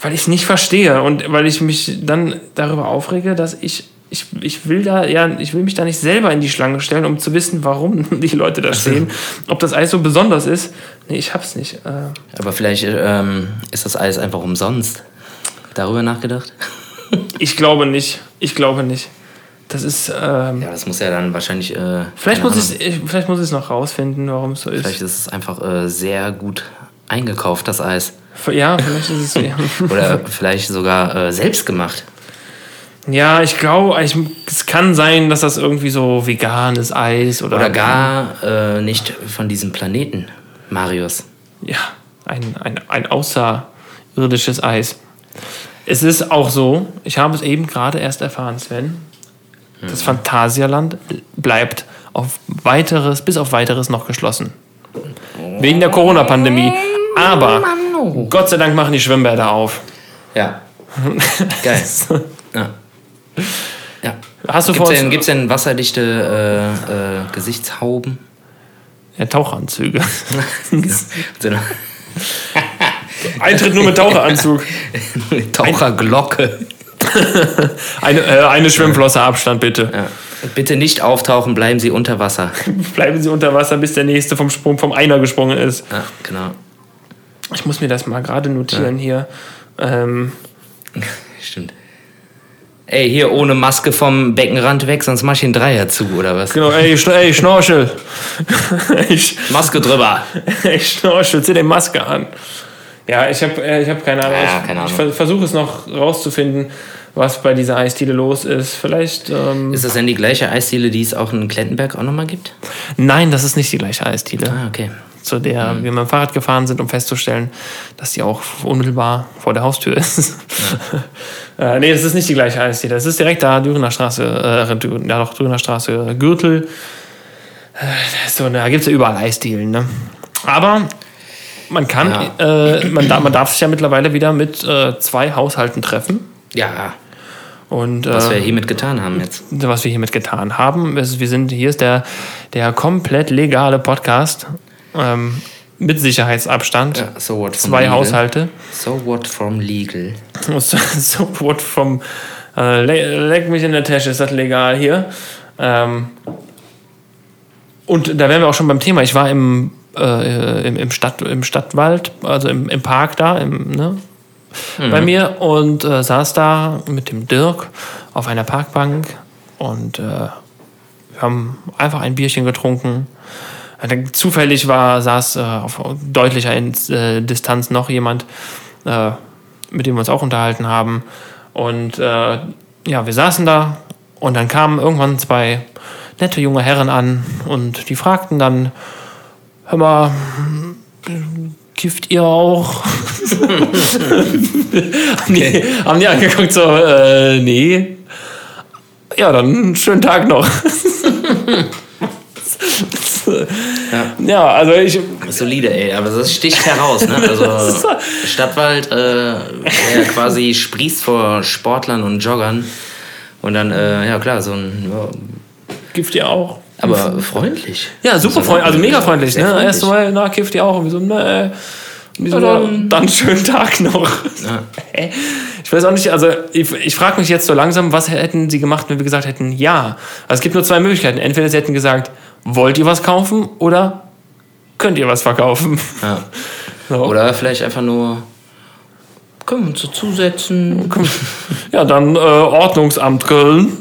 Speaker 3: weil ich es nicht verstehe und weil ich mich dann darüber aufrege, dass ich, ich, ich will da, ja, ich will mich da nicht selber in die Schlange stellen, um zu wissen, warum die Leute da stehen, ob das Eis so besonders ist. Nee, ich hab's nicht. Äh,
Speaker 2: Aber vielleicht ähm, ist das Eis einfach umsonst. Darüber nachgedacht?
Speaker 3: ich glaube nicht. Ich glaube nicht. Das ist, ähm,
Speaker 2: Ja, das muss ja dann wahrscheinlich. Äh,
Speaker 3: vielleicht,
Speaker 2: keine
Speaker 3: muss
Speaker 2: Ahnung,
Speaker 3: ich's, ich, vielleicht muss ich es noch rausfinden, warum es so ist.
Speaker 2: Vielleicht ist es einfach äh, sehr gut eingekauft, das Eis.
Speaker 3: Ja, vielleicht ist es. Ja.
Speaker 2: Oder vielleicht sogar äh, selbst gemacht.
Speaker 3: Ja, ich glaube, ich, es kann sein, dass das irgendwie so veganes Eis oder.
Speaker 2: Oder gar äh, nicht von diesem Planeten, Marius.
Speaker 3: Ja, ein, ein, ein außerirdisches Eis. Es ist auch so, ich habe es eben gerade erst erfahren, Sven. Das Phantasialand bleibt auf weiteres, bis auf weiteres noch geschlossen. Wegen der Corona-Pandemie. Aber
Speaker 4: Ah,
Speaker 3: Gott sei Dank machen die Schwimmbäder auf.
Speaker 2: Ja. Geil. Ja. ja.
Speaker 3: Hast du
Speaker 2: Gibt es
Speaker 3: vor uns-
Speaker 2: denn, gibt's denn wasserdichte äh, äh, Gesichtshauben?
Speaker 3: Ja, Taucheranzüge.
Speaker 2: So eine
Speaker 3: Eintritt nur mit Taucheranzug.
Speaker 2: Taucherglocke.
Speaker 3: Eine, äh, eine Schwimmflosse Abstand bitte.
Speaker 2: Ja. Bitte nicht auftauchen, bleiben Sie unter Wasser.
Speaker 3: Bleiben Sie unter Wasser, bis der nächste vom Sprung vom Einer gesprungen ist.
Speaker 2: Ja, genau.
Speaker 3: Ich muss mir das mal gerade notieren hier. Ähm,
Speaker 2: Stimmt. Ey, hier ohne Maske vom Beckenrand weg, sonst mach ich den Dreier zu, oder was?
Speaker 3: genau, ey, Schn ey Schnorchel. ich,
Speaker 2: Maske drüber.
Speaker 3: ich Schnorchel, zieh den Maske an. Ja, ich habe äh, ich hab keine Ahnung.
Speaker 2: Ja,
Speaker 3: ich
Speaker 2: keine
Speaker 3: ich
Speaker 2: Ahnung.
Speaker 3: ver versuche es noch rauszufinden, was bei dieser Eisdiele los ist. Vielleicht. Ähm,
Speaker 2: Ist das denn die gleiche Eisdiele, die es auch in Klettenberg auch nochmal gibt?
Speaker 3: Nein, das ist nicht die gleiche Eisdiele.
Speaker 2: Ah, okay.
Speaker 3: zu der wir mit dem Fahrrad gefahren sind, um festzustellen, dass die auch unmittelbar vor der Haustür ist. äh, nee, das ist nicht die gleiche Eisdiele. Das ist direkt da, Dürener Straße, äh, Düren, ja doch, Dürener Straße, Gürtel. Äh, da ist so, eine- da gibt es ja überall Eisdielen, ne? Aber man kann, äh, man, darf, man darf sich ja mittlerweile wieder mit äh, zwei Haushalten treffen.
Speaker 2: Ja,
Speaker 3: Und,
Speaker 2: was
Speaker 3: äh,
Speaker 2: wir hiermit getan haben jetzt.
Speaker 3: was wir hiermit getan haben. Es- Wir sind, hier ist der, der komplett legale Podcast ähm, mit Sicherheitsabstand.
Speaker 2: Ja, so what from
Speaker 3: Zwei
Speaker 2: legal.
Speaker 3: Haushalte.
Speaker 2: So what from legal.
Speaker 3: so what vom äh, le- leck mich in der Tasche, ist das legal hier. Ähm, und da wären wir auch schon beim Thema. Ich war im, äh, im, im, Stadt, im Stadtwald, also im, im Park da, im, ne, bei mir und äh, saß da mit dem Dirk auf einer Parkbank und äh, wir haben einfach ein Bierchen getrunken. Und dann Zufällig war, saß äh, auf deutlicher Ins- äh, Distanz noch jemand, äh, mit dem wir uns auch unterhalten haben. Und äh, ja, wir saßen da und dann kamen irgendwann zwei nette junge Herren an und die fragten dann, hör mal, kifft ihr auch? haben, die, haben die angeguckt, so, äh, nee. Ja, dann schönen Tag noch. ja, also ich,
Speaker 2: Solide, ey, aber das sticht heraus, ne? Also Stadtwald äh, der quasi sprießt vor Sportlern und Joggern. Und dann, äh, ja klar, so ein. Ja,
Speaker 3: kifft ihr auch?
Speaker 2: aber freundlich.
Speaker 3: Hm. Ja, super freundlich, also mega freundlich.
Speaker 2: Sehr
Speaker 3: Ne?
Speaker 2: freundlich.
Speaker 3: Erstmal, na, kifft ihr auch? Und wir so, ne, äh. Und die so, dann, dann schönen Tag noch. Hä? Ich weiß auch nicht, also ich, ich frage mich jetzt so langsam, was hätten sie gemacht, wenn wir gesagt hätten, ja. Also es gibt nur zwei Möglichkeiten. Entweder sie hätten gesagt, wollt ihr was kaufen oder könnt ihr was verkaufen.
Speaker 2: Ja.
Speaker 3: So.
Speaker 2: Oder vielleicht einfach nur. Können wir uns so zusetzen?
Speaker 3: Ja, dann äh, Ordnungsamt Köln.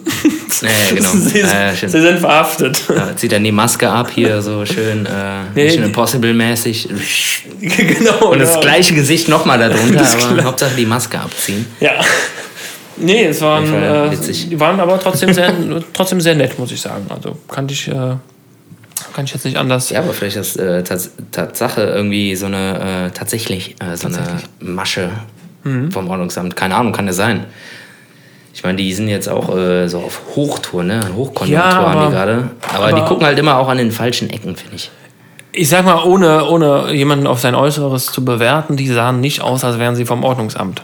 Speaker 2: Ja, ja, genau.
Speaker 3: sie,
Speaker 2: Ja, ja,
Speaker 3: sie
Speaker 2: stimmt.
Speaker 3: sind verhaftet.
Speaker 2: Ja, zieht dann die Maske ab hier, so schön äh, Mission
Speaker 3: die-
Speaker 2: Impossible-mäßig.
Speaker 3: genau.
Speaker 2: Und das
Speaker 3: ja.
Speaker 2: gleiche Gesicht nochmal darunter, aber Hauptsache die Maske abziehen.
Speaker 3: Ja. Nee, es
Speaker 2: Auf
Speaker 3: waren,
Speaker 2: jeden Fall
Speaker 3: äh,
Speaker 2: witzig.
Speaker 3: die waren aber trotzdem sehr, trotzdem sehr nett, muss ich sagen. Also kann ich, äh, kann ich jetzt nicht anders.
Speaker 2: Ja, aber vielleicht ist äh, Tats Tatsache irgendwie so eine, äh, tatsächlich, äh, so eine Masche
Speaker 3: Mhm.
Speaker 2: vom Ordnungsamt. Keine Ahnung, kann es sein. Ich meine, die sind jetzt auch äh, so auf Hochtour, ne? Hochkonjunktur
Speaker 3: Ja, aber-
Speaker 2: haben die gerade. Aber,
Speaker 3: aber-
Speaker 2: die gucken halt immer auch an den falschen Ecken, finde ich.
Speaker 3: Ich sag mal, ohne, ohne jemanden auf sein Äußeres zu bewerten, die sahen nicht aus, als wären sie vom Ordnungsamt.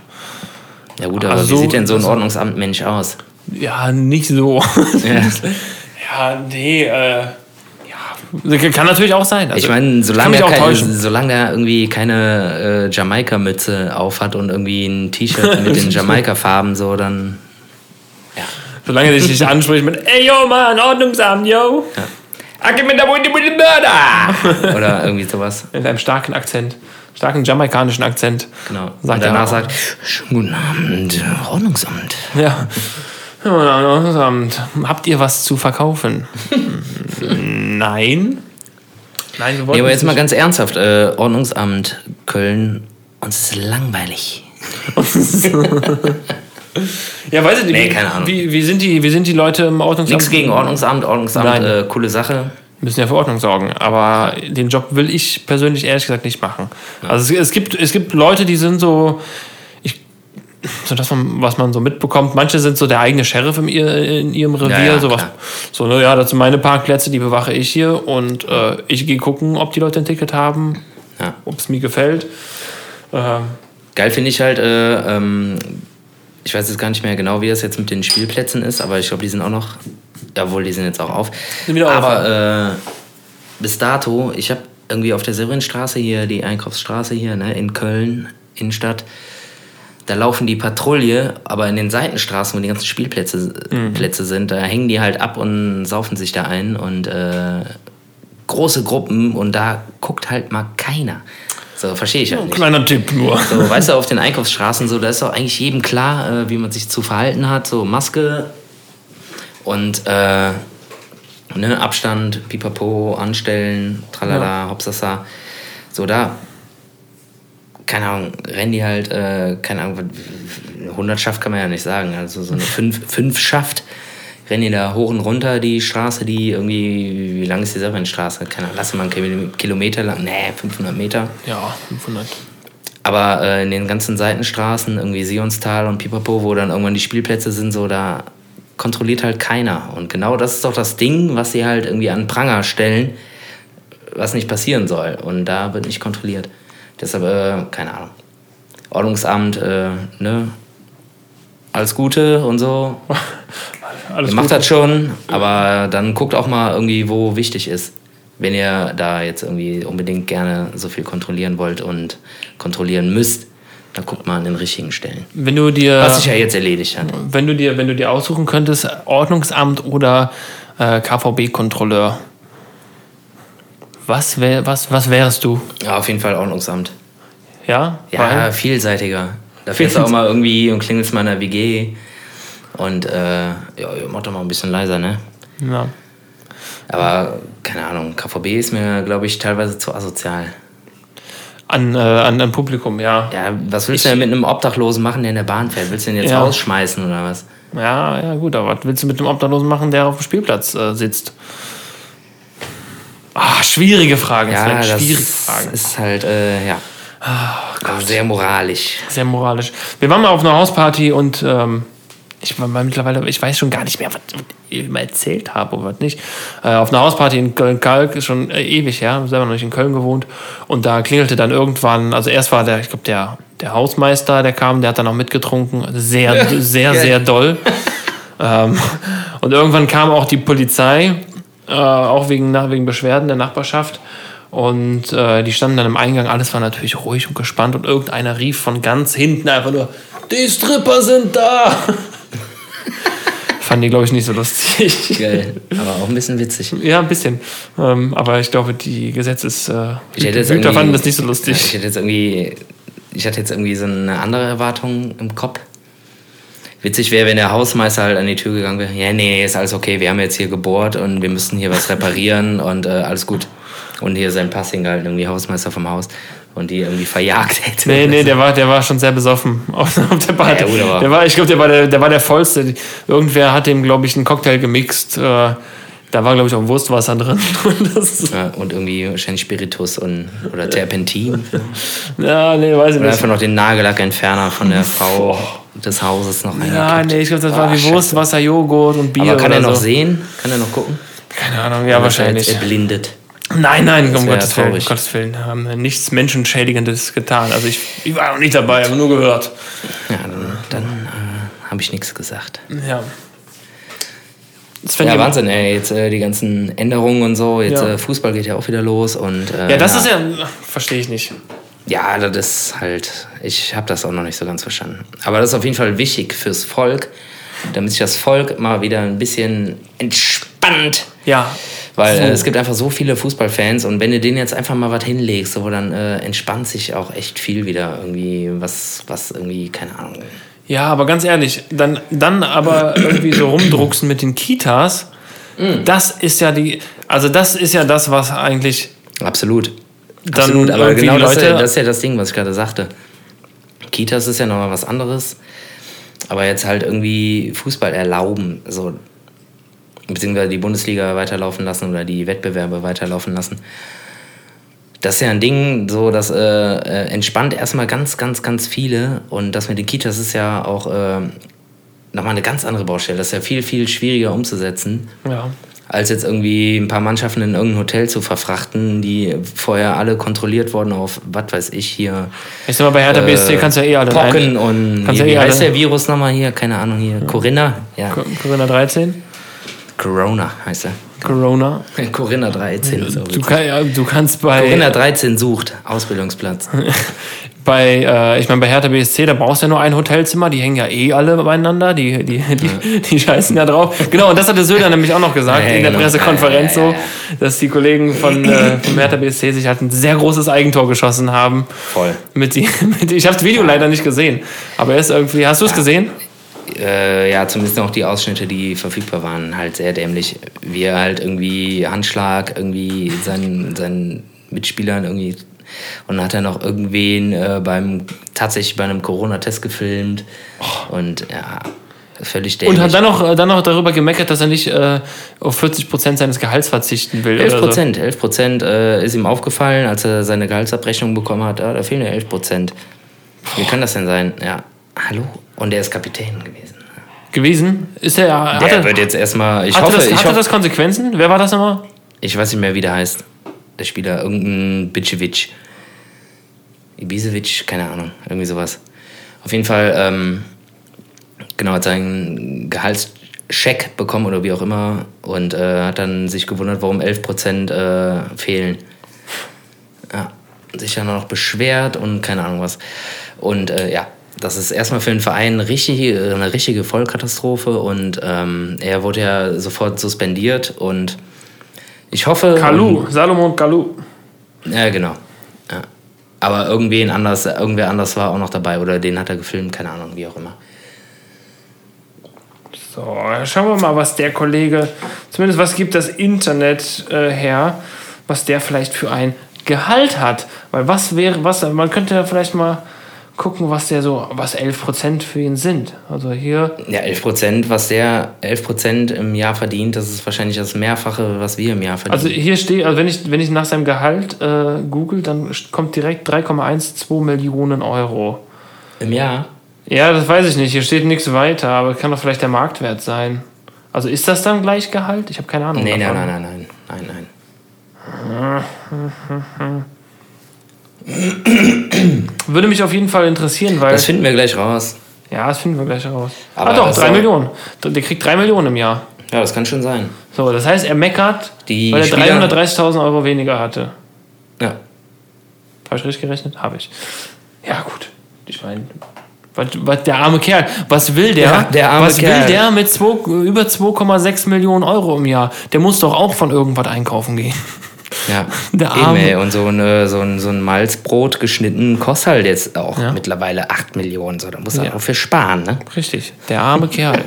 Speaker 2: Ja gut, aber
Speaker 3: Also
Speaker 2: wie
Speaker 3: so-
Speaker 2: sieht denn so ein
Speaker 3: also-
Speaker 2: Ordnungsamt-Mensch aus?
Speaker 3: Ja, nicht
Speaker 2: Ja.
Speaker 3: so. Also, ja, nee, äh, ja. Kann natürlich auch sein. Also,
Speaker 2: Ich meine,
Speaker 3: kann
Speaker 2: solange
Speaker 3: mich
Speaker 2: er,
Speaker 3: auch
Speaker 2: keine,
Speaker 3: täuschen.
Speaker 2: solange er irgendwie keine äh, Jamaika-Mütze auf hat und irgendwie ein T-Shirt mit den Jamaika-Farben so, dann
Speaker 3: Solange dich nicht anspricht mit, ey, yo, Mann, Ordnungsamt, yo. Ja. mit der Wunde mit dem Mörder.
Speaker 2: oder irgendwie sowas.
Speaker 3: Mit einem starken Akzent. Starken jamaikanischen Akzent.
Speaker 2: Genau. und
Speaker 3: Sagt er
Speaker 2: danach
Speaker 3: auch.
Speaker 2: sagt, schönen guten Abend, Ordnungsamt.
Speaker 3: Ja. Ja, na, na, Ordnungsamt. Habt ihr was zu verkaufen? Nein. Nein, wir wollten.
Speaker 2: Nee, aber jetzt
Speaker 3: es
Speaker 2: mal
Speaker 3: nicht.
Speaker 2: ganz ernsthaft, äh, Ordnungsamt Köln, uns ist langweilig.
Speaker 3: ja, weiß ich nicht.
Speaker 2: Nee,
Speaker 3: wie-
Speaker 2: keine Ahnung.
Speaker 3: Wie, wie, sind die, wie sind die Leute im Ordnungsamt?
Speaker 2: Nichts gegen Ordnungsamt, Ordnungsamt,
Speaker 3: Nein.
Speaker 2: äh, coole Sache.
Speaker 3: Müssen ja für Ordnung sorgen. Aber den Job will ich persönlich ehrlich gesagt nicht machen. Also es, es, gibt, es gibt Leute, die sind so. Ich, so das, was man so mitbekommt. Manche sind so der eigene Sheriff in, ihr, in ihrem Revier.
Speaker 2: Ja, ja,
Speaker 3: so, was,
Speaker 2: klar.
Speaker 3: so, ne, ja, das sind meine Parkplätze, die bewache ich hier und äh, ich gehe gucken, ob die Leute ein Ticket haben,
Speaker 2: Ja.
Speaker 3: ob es mir gefällt. Ähm,
Speaker 2: Geil finde ich halt, äh, ähm, ich weiß jetzt gar nicht mehr genau, wie das jetzt mit den Spielplätzen ist, aber ich glaube, die sind auch noch, jawohl, die sind jetzt auch auf.
Speaker 3: Sind wieder auf,
Speaker 2: aber äh, bis dato, ich habe irgendwie auf der Severinstraße hier, die Einkaufsstraße hier ne, in Köln, Innenstadt, da laufen die Patrouille, aber in den Seitenstraßen, wo die ganzen Spielplätze
Speaker 3: Mhm.
Speaker 2: Plätze sind, da hängen die halt ab und saufen sich da ein und äh, große Gruppen und da guckt halt mal keiner. So, verstehe ich halt nicht.
Speaker 3: kleiner Tipp nur.
Speaker 2: So, weißt du, auf den Einkaufsstraßen, so, da ist doch eigentlich jedem klar, äh, wie man sich zu verhalten hat. So Maske und äh, ne, Abstand, pipapo, anstellen, tralala, hopsasa. So, da, keine Ahnung, rennen die halt, äh, keine Ahnung, was- 100 Schaft kann man ja nicht sagen, also so eine 5, fünf Schaft. Rennen die da hoch und runter die Straße, die irgendwie, wie lang ist die Severinstraße? Keine Ahnung, lass mal einen Kil- Kilometer lang, nee, 500 Meter.
Speaker 3: Ja, 500.
Speaker 2: Aber äh, in den ganzen Seitenstraßen, irgendwie Sionstal und Pipapo, wo dann irgendwann die Spielplätze sind, so da kontrolliert halt keiner. Und genau das ist doch das Ding, was sie halt irgendwie an Pranger stellen, was nicht passieren soll. Und da wird nicht kontrolliert. Deshalb, äh, keine Ahnung. Ordnungsamt, äh, ne? Alles Gute und so.
Speaker 3: Alles
Speaker 2: Ihr macht das schon, aber dann guckt auch mal irgendwie, wo wichtig ist. Wenn ihr da jetzt irgendwie unbedingt gerne so viel kontrollieren wollt und kontrollieren müsst, dann guckt mal an den richtigen Stellen.
Speaker 3: Wenn du dir.
Speaker 2: Was sich ja jetzt erledigt hat.
Speaker 3: Wenn du dir, wenn du dir aussuchen könntest, Ordnungsamt oder äh, KVB-Kontrolleur, was, wär, was, was wärst du?
Speaker 2: Ja, auf jeden Fall Ordnungsamt.
Speaker 3: Ja?
Speaker 2: Ja,
Speaker 3: Weil-
Speaker 2: vielseitiger. Da fährst du auch mal irgendwie und klingelst mal in der WG. Und äh, ja, mach doch mal ein bisschen leiser, ne?
Speaker 3: ja.
Speaker 2: Aber keine Ahnung, KVB ist mir, glaube ich, teilweise zu asozial.
Speaker 3: An, äh, an, an Publikum, ja.
Speaker 2: Ja, was willst du denn mit einem Obdachlosen machen, der in der Bahn fährt? Willst du den jetzt
Speaker 3: Ja.
Speaker 2: rausschmeißen oder was?
Speaker 3: ja. Ja, gut, aber was willst du mit einem Obdachlosen machen, der auf dem Spielplatz äh, sitzt? Ah, schwierige Fragen,
Speaker 2: Ja,
Speaker 3: Sven,
Speaker 2: das
Speaker 3: halt schwierige Fragen. Ah,
Speaker 2: ist halt, äh, ja. Also sehr moralisch.
Speaker 3: Sehr moralisch. Wir waren mal auf einer Hausparty und ähm, ich war mal mittlerweile, ich weiß schon gar nicht mehr, was ich immer erzählt habe und was nicht. Äh, auf einer Hausparty in Köln-Kalk, ist schon äh, ewig her, selber noch nicht in Köln gewohnt. Und da klingelte dann irgendwann, also erst war der, ich glaube, der, der Hausmeister, der kam, der hat dann auch mitgetrunken. Sehr, sehr, sehr doll. ähm, und irgendwann kam auch die Polizei, äh, auch wegen, nach- wegen Beschwerden der Nachbarschaft. Und äh, die standen dann im Eingang, alles war natürlich ruhig und gespannt. Und irgendeiner rief von ganz hinten einfach nur: Die Stripper sind da! Fanden die, glaube ich, nicht so lustig.
Speaker 2: Geil. Aber auch ein bisschen witzig.
Speaker 3: Ja, ein bisschen. Ähm, aber ich glaube, die Gesetzes. Äh,
Speaker 2: Ich hätte jetzt
Speaker 3: Hüter
Speaker 2: irgendwie-
Speaker 3: fanden das nicht so
Speaker 2: Ja, ich
Speaker 3: lustig.
Speaker 2: hätte jetzt irgendwie, ich hatte jetzt irgendwie so eine andere Erwartung im Kopf. Witzig wäre, wenn der Hausmeister halt an die Tür gegangen wäre. Ja, nee, ist alles okay. Wir haben jetzt hier gebohrt und wir müssen hier was reparieren und äh, alles gut. Und hier sein Pass hingehalten, irgendwie Hausmeister vom Haus und die irgendwie verjagt hätte.
Speaker 3: Nee, nee, der war, der war schon sehr besoffen auf, auf der Party.
Speaker 2: ne? Ja, gut, aber-
Speaker 3: der war, ich glaube, der war der, der war der vollste. Irgendwer hat ihm, glaube ich, einen Cocktail gemixt. Äh, da war, glaube ich, auch Wurstwasser drin. Und das
Speaker 2: Ja, und irgendwie wahrscheinlich Spiritus und, oder Terpentin.
Speaker 3: Ja, nee, weiß ich
Speaker 2: Oder
Speaker 3: nicht.
Speaker 2: einfach noch den Nagellackentferner von der Frau des Hauses noch
Speaker 3: Ja,
Speaker 2: reingekippt.
Speaker 3: nee, ich glaube, das war wie
Speaker 2: Ah, Scheiße.
Speaker 3: Wurst, Wasser, Joghurt und Bier.
Speaker 2: Aber kann
Speaker 3: oder
Speaker 2: er noch
Speaker 3: so.
Speaker 2: sehen? Kann er noch gucken?
Speaker 3: Keine Ahnung, ja,
Speaker 2: Er
Speaker 3: wahrscheinlich.
Speaker 2: erblindet.
Speaker 3: Nein, nein, um
Speaker 2: wär
Speaker 3: Gottes Willen, um
Speaker 2: traurig.
Speaker 3: Gottes Willen. Wir haben nichts Menschenschädigendes getan. Also ich, ich war noch nicht dabei, habe nur gehört.
Speaker 2: Ja, dann, dann äh, habe ich nichts gesagt.
Speaker 3: Ja. Sven,
Speaker 2: Ja,
Speaker 3: ihr-
Speaker 2: Wahnsinn, ey. Jetzt äh, die ganzen Änderungen und so. Jetzt
Speaker 3: Ja.
Speaker 2: äh, Fußball geht ja auch wieder los. Und, äh,
Speaker 3: ja, das ist ja, verstehe ich nicht.
Speaker 2: Ja, das ist halt, ich habe das auch noch nicht so ganz verstanden. Aber das ist auf jeden Fall wichtig fürs Volk, damit sich das Volk mal wieder ein bisschen entspannt.
Speaker 3: Ja,
Speaker 2: Weil äh, es gibt einfach so viele Fußballfans und wenn du denen jetzt einfach mal was hinlegst, so, dann äh, entspannt sich auch echt viel wieder irgendwie, was, was irgendwie, keine Ahnung.
Speaker 3: ja, aber ganz ehrlich, dann, dann aber irgendwie so rumdrucksen mit den Kitas,
Speaker 2: Mm.
Speaker 3: das ist ja die, also das ist ja das, was eigentlich
Speaker 2: Absolut.
Speaker 3: Dann
Speaker 2: Absolut, aber
Speaker 3: irgendwie
Speaker 2: genau
Speaker 3: die
Speaker 2: das, ist ja,
Speaker 3: Leute-
Speaker 2: das ist ja das Ding, was ich gerade sagte. Kitas ist ja nochmal was anderes, aber jetzt halt irgendwie Fußball erlauben, so beziehungsweise die Bundesliga weiterlaufen lassen oder die Wettbewerbe weiterlaufen lassen. Das ist ja ein Ding, so das äh, äh, entspannt erstmal ganz, ganz, ganz viele. Und das mit den Kitas ist ja auch äh, nochmal eine ganz andere Baustelle. Das ist ja viel, viel schwieriger umzusetzen,
Speaker 3: Ja.
Speaker 2: als jetzt irgendwie ein paar Mannschaften in irgendein Hotel zu verfrachten, die vorher alle kontrolliert wurden auf, was weiß ich, hier. äh,
Speaker 3: Ich sag mal, bei Hertha BSC kannst du ja eh alle
Speaker 2: Pocken
Speaker 3: rein.
Speaker 2: und
Speaker 3: kannst
Speaker 2: wie,
Speaker 3: ja eh
Speaker 2: wie heißt
Speaker 3: alle-
Speaker 2: der Virus nochmal hier? Keine Ahnung hier. Corinna? Ja.
Speaker 3: Corinna 13,
Speaker 2: Corona heißt
Speaker 3: Corona.
Speaker 2: er. Corinna 13. ist auch
Speaker 3: Du,
Speaker 2: witzig.
Speaker 3: kann, ja, du kannst bei.
Speaker 2: Corinna 13 sucht Ausbildungsplatz.
Speaker 3: bei, äh, ich meine, bei Hertha BSC, da brauchst du ja nur ein Hotelzimmer, die hängen ja eh alle beieinander, die, die, die, die scheißen ja drauf. Genau, und das hatte Söder nämlich auch noch gesagt
Speaker 2: Ja, ja,
Speaker 3: in der
Speaker 2: genau.
Speaker 3: Pressekonferenz
Speaker 2: Ja, ja, ja,
Speaker 3: so, dass die Kollegen von äh, vom Hertha BSC sich halt ein sehr großes Eigentor geschossen haben.
Speaker 2: Voll.
Speaker 3: Mit die, mit, ich habe das Video leider nicht gesehen, aber er ist irgendwie, hast du es gesehen?
Speaker 2: Äh, ja, zumindest noch die Ausschnitte, die verfügbar waren, halt sehr dämlich. Wie er halt irgendwie Handschlag, irgendwie seinen, seinen Mitspielern irgendwie. Und dann hat er noch irgendwen äh, beim, tatsächlich bei einem Corona-Test gefilmt. Und ja, völlig dämlich.
Speaker 3: Oh. Und hat dann noch, äh, dann noch darüber gemeckert, dass er nicht äh, auf 40% seines Gehalts verzichten will.
Speaker 2: 11
Speaker 3: Oder so.
Speaker 2: Prozent, 11 Prozent äh, ist ihm aufgefallen, als er seine Gehaltsabrechnung bekommen hat. Ah, da fehlen ja 11 Prozent. Wie kann das denn sein? Ja, hallo? Und er ist Kapitän gewesen.
Speaker 3: Gewesen? Ist er,
Speaker 2: Der
Speaker 3: hatte,
Speaker 2: wird jetzt erstmal. Ich
Speaker 3: hatte,
Speaker 2: hoffe,
Speaker 3: das,
Speaker 2: ich,
Speaker 3: hatte
Speaker 2: hoffe
Speaker 3: das Konsequenzen? Wer war das nochmal?
Speaker 2: ich weiß nicht mehr, wie der heißt. Der Spieler, irgendein Bitchewitsch. Ibisevic, keine Ahnung, irgendwie sowas. Auf jeden Fall, ähm, genau, hat seinen Gehaltscheck bekommen oder wie auch immer und äh, hat dann sich gewundert, warum 11% äh, fehlen. Ja, sich dann auch noch beschwert und keine Ahnung was. Und äh, ja, das ist erstmal für den Verein richtig, äh, eine richtige Vollkatastrophe und ähm, er wurde ja sofort suspendiert und ich hoffe.
Speaker 3: Kalu, Salomon Kalu.
Speaker 2: Ja, genau. Ja. Aber irgendwen anders, irgendwer anders war auch noch dabei oder den hat er gefilmt, keine Ahnung, wie auch immer.
Speaker 3: So, schauen wir mal, was der Kollege, zumindest was gibt das Internet äh, her, was der vielleicht für ein Gehalt hat. Weil was wäre, was, man könnte ja vielleicht mal gucken, was der so, was 11% für ihn sind. Also hier,
Speaker 2: Ja, 11 Prozent, was der 11 Prozent im Jahr verdient, das ist wahrscheinlich das Mehrfache, was wir im Jahr verdienen.
Speaker 3: also hier steht, also wenn ich, wenn ich nach seinem Gehalt äh, google, dann kommt direkt 3,12 Millionen Euro.
Speaker 2: Im Jahr?
Speaker 3: Ja, das weiß ich nicht, hier steht nichts weiter, aber kann doch vielleicht der Marktwert sein. Also ist das dann gleich Gehalt? Ich habe keine Ahnung.
Speaker 2: Nee, nein,
Speaker 3: davon.
Speaker 2: nein, nein, nein, nein, nein.
Speaker 3: Würde mich auf jeden Fall interessieren, weil.
Speaker 2: Das finden wir gleich raus.
Speaker 3: Ja, das finden wir gleich raus.
Speaker 2: Aber
Speaker 3: ah doch,
Speaker 2: das
Speaker 3: drei
Speaker 2: soll-
Speaker 3: Millionen. Der kriegt drei Millionen im Jahr.
Speaker 2: Ja, das kann schon sein.
Speaker 3: So, das heißt, er meckert,
Speaker 2: Die
Speaker 3: weil er
Speaker 2: Spieler-
Speaker 3: 330.000 Euro weniger hatte.
Speaker 2: Ja.
Speaker 3: Habe ich richtig gerechnet? Habe ich. Ja, gut. Ich meine, was, was, der arme Kerl, was will der?
Speaker 2: Ja, der arme
Speaker 3: was
Speaker 2: Kerl.
Speaker 3: will der mit zwei, über 2,6 Millionen Euro im Jahr? Der muss doch auch von irgendwas einkaufen gehen.
Speaker 2: Ja,
Speaker 3: Der
Speaker 2: eben,
Speaker 3: Arme.
Speaker 2: ey. Und so, eine, so, ein, so ein Malzbrot geschnitten kostet halt jetzt auch
Speaker 3: Ja.
Speaker 2: mittlerweile 8 Millionen. So, da muss er
Speaker 3: Ja.
Speaker 2: auch für sparen, ne?
Speaker 3: Richtig, der arme Kerl.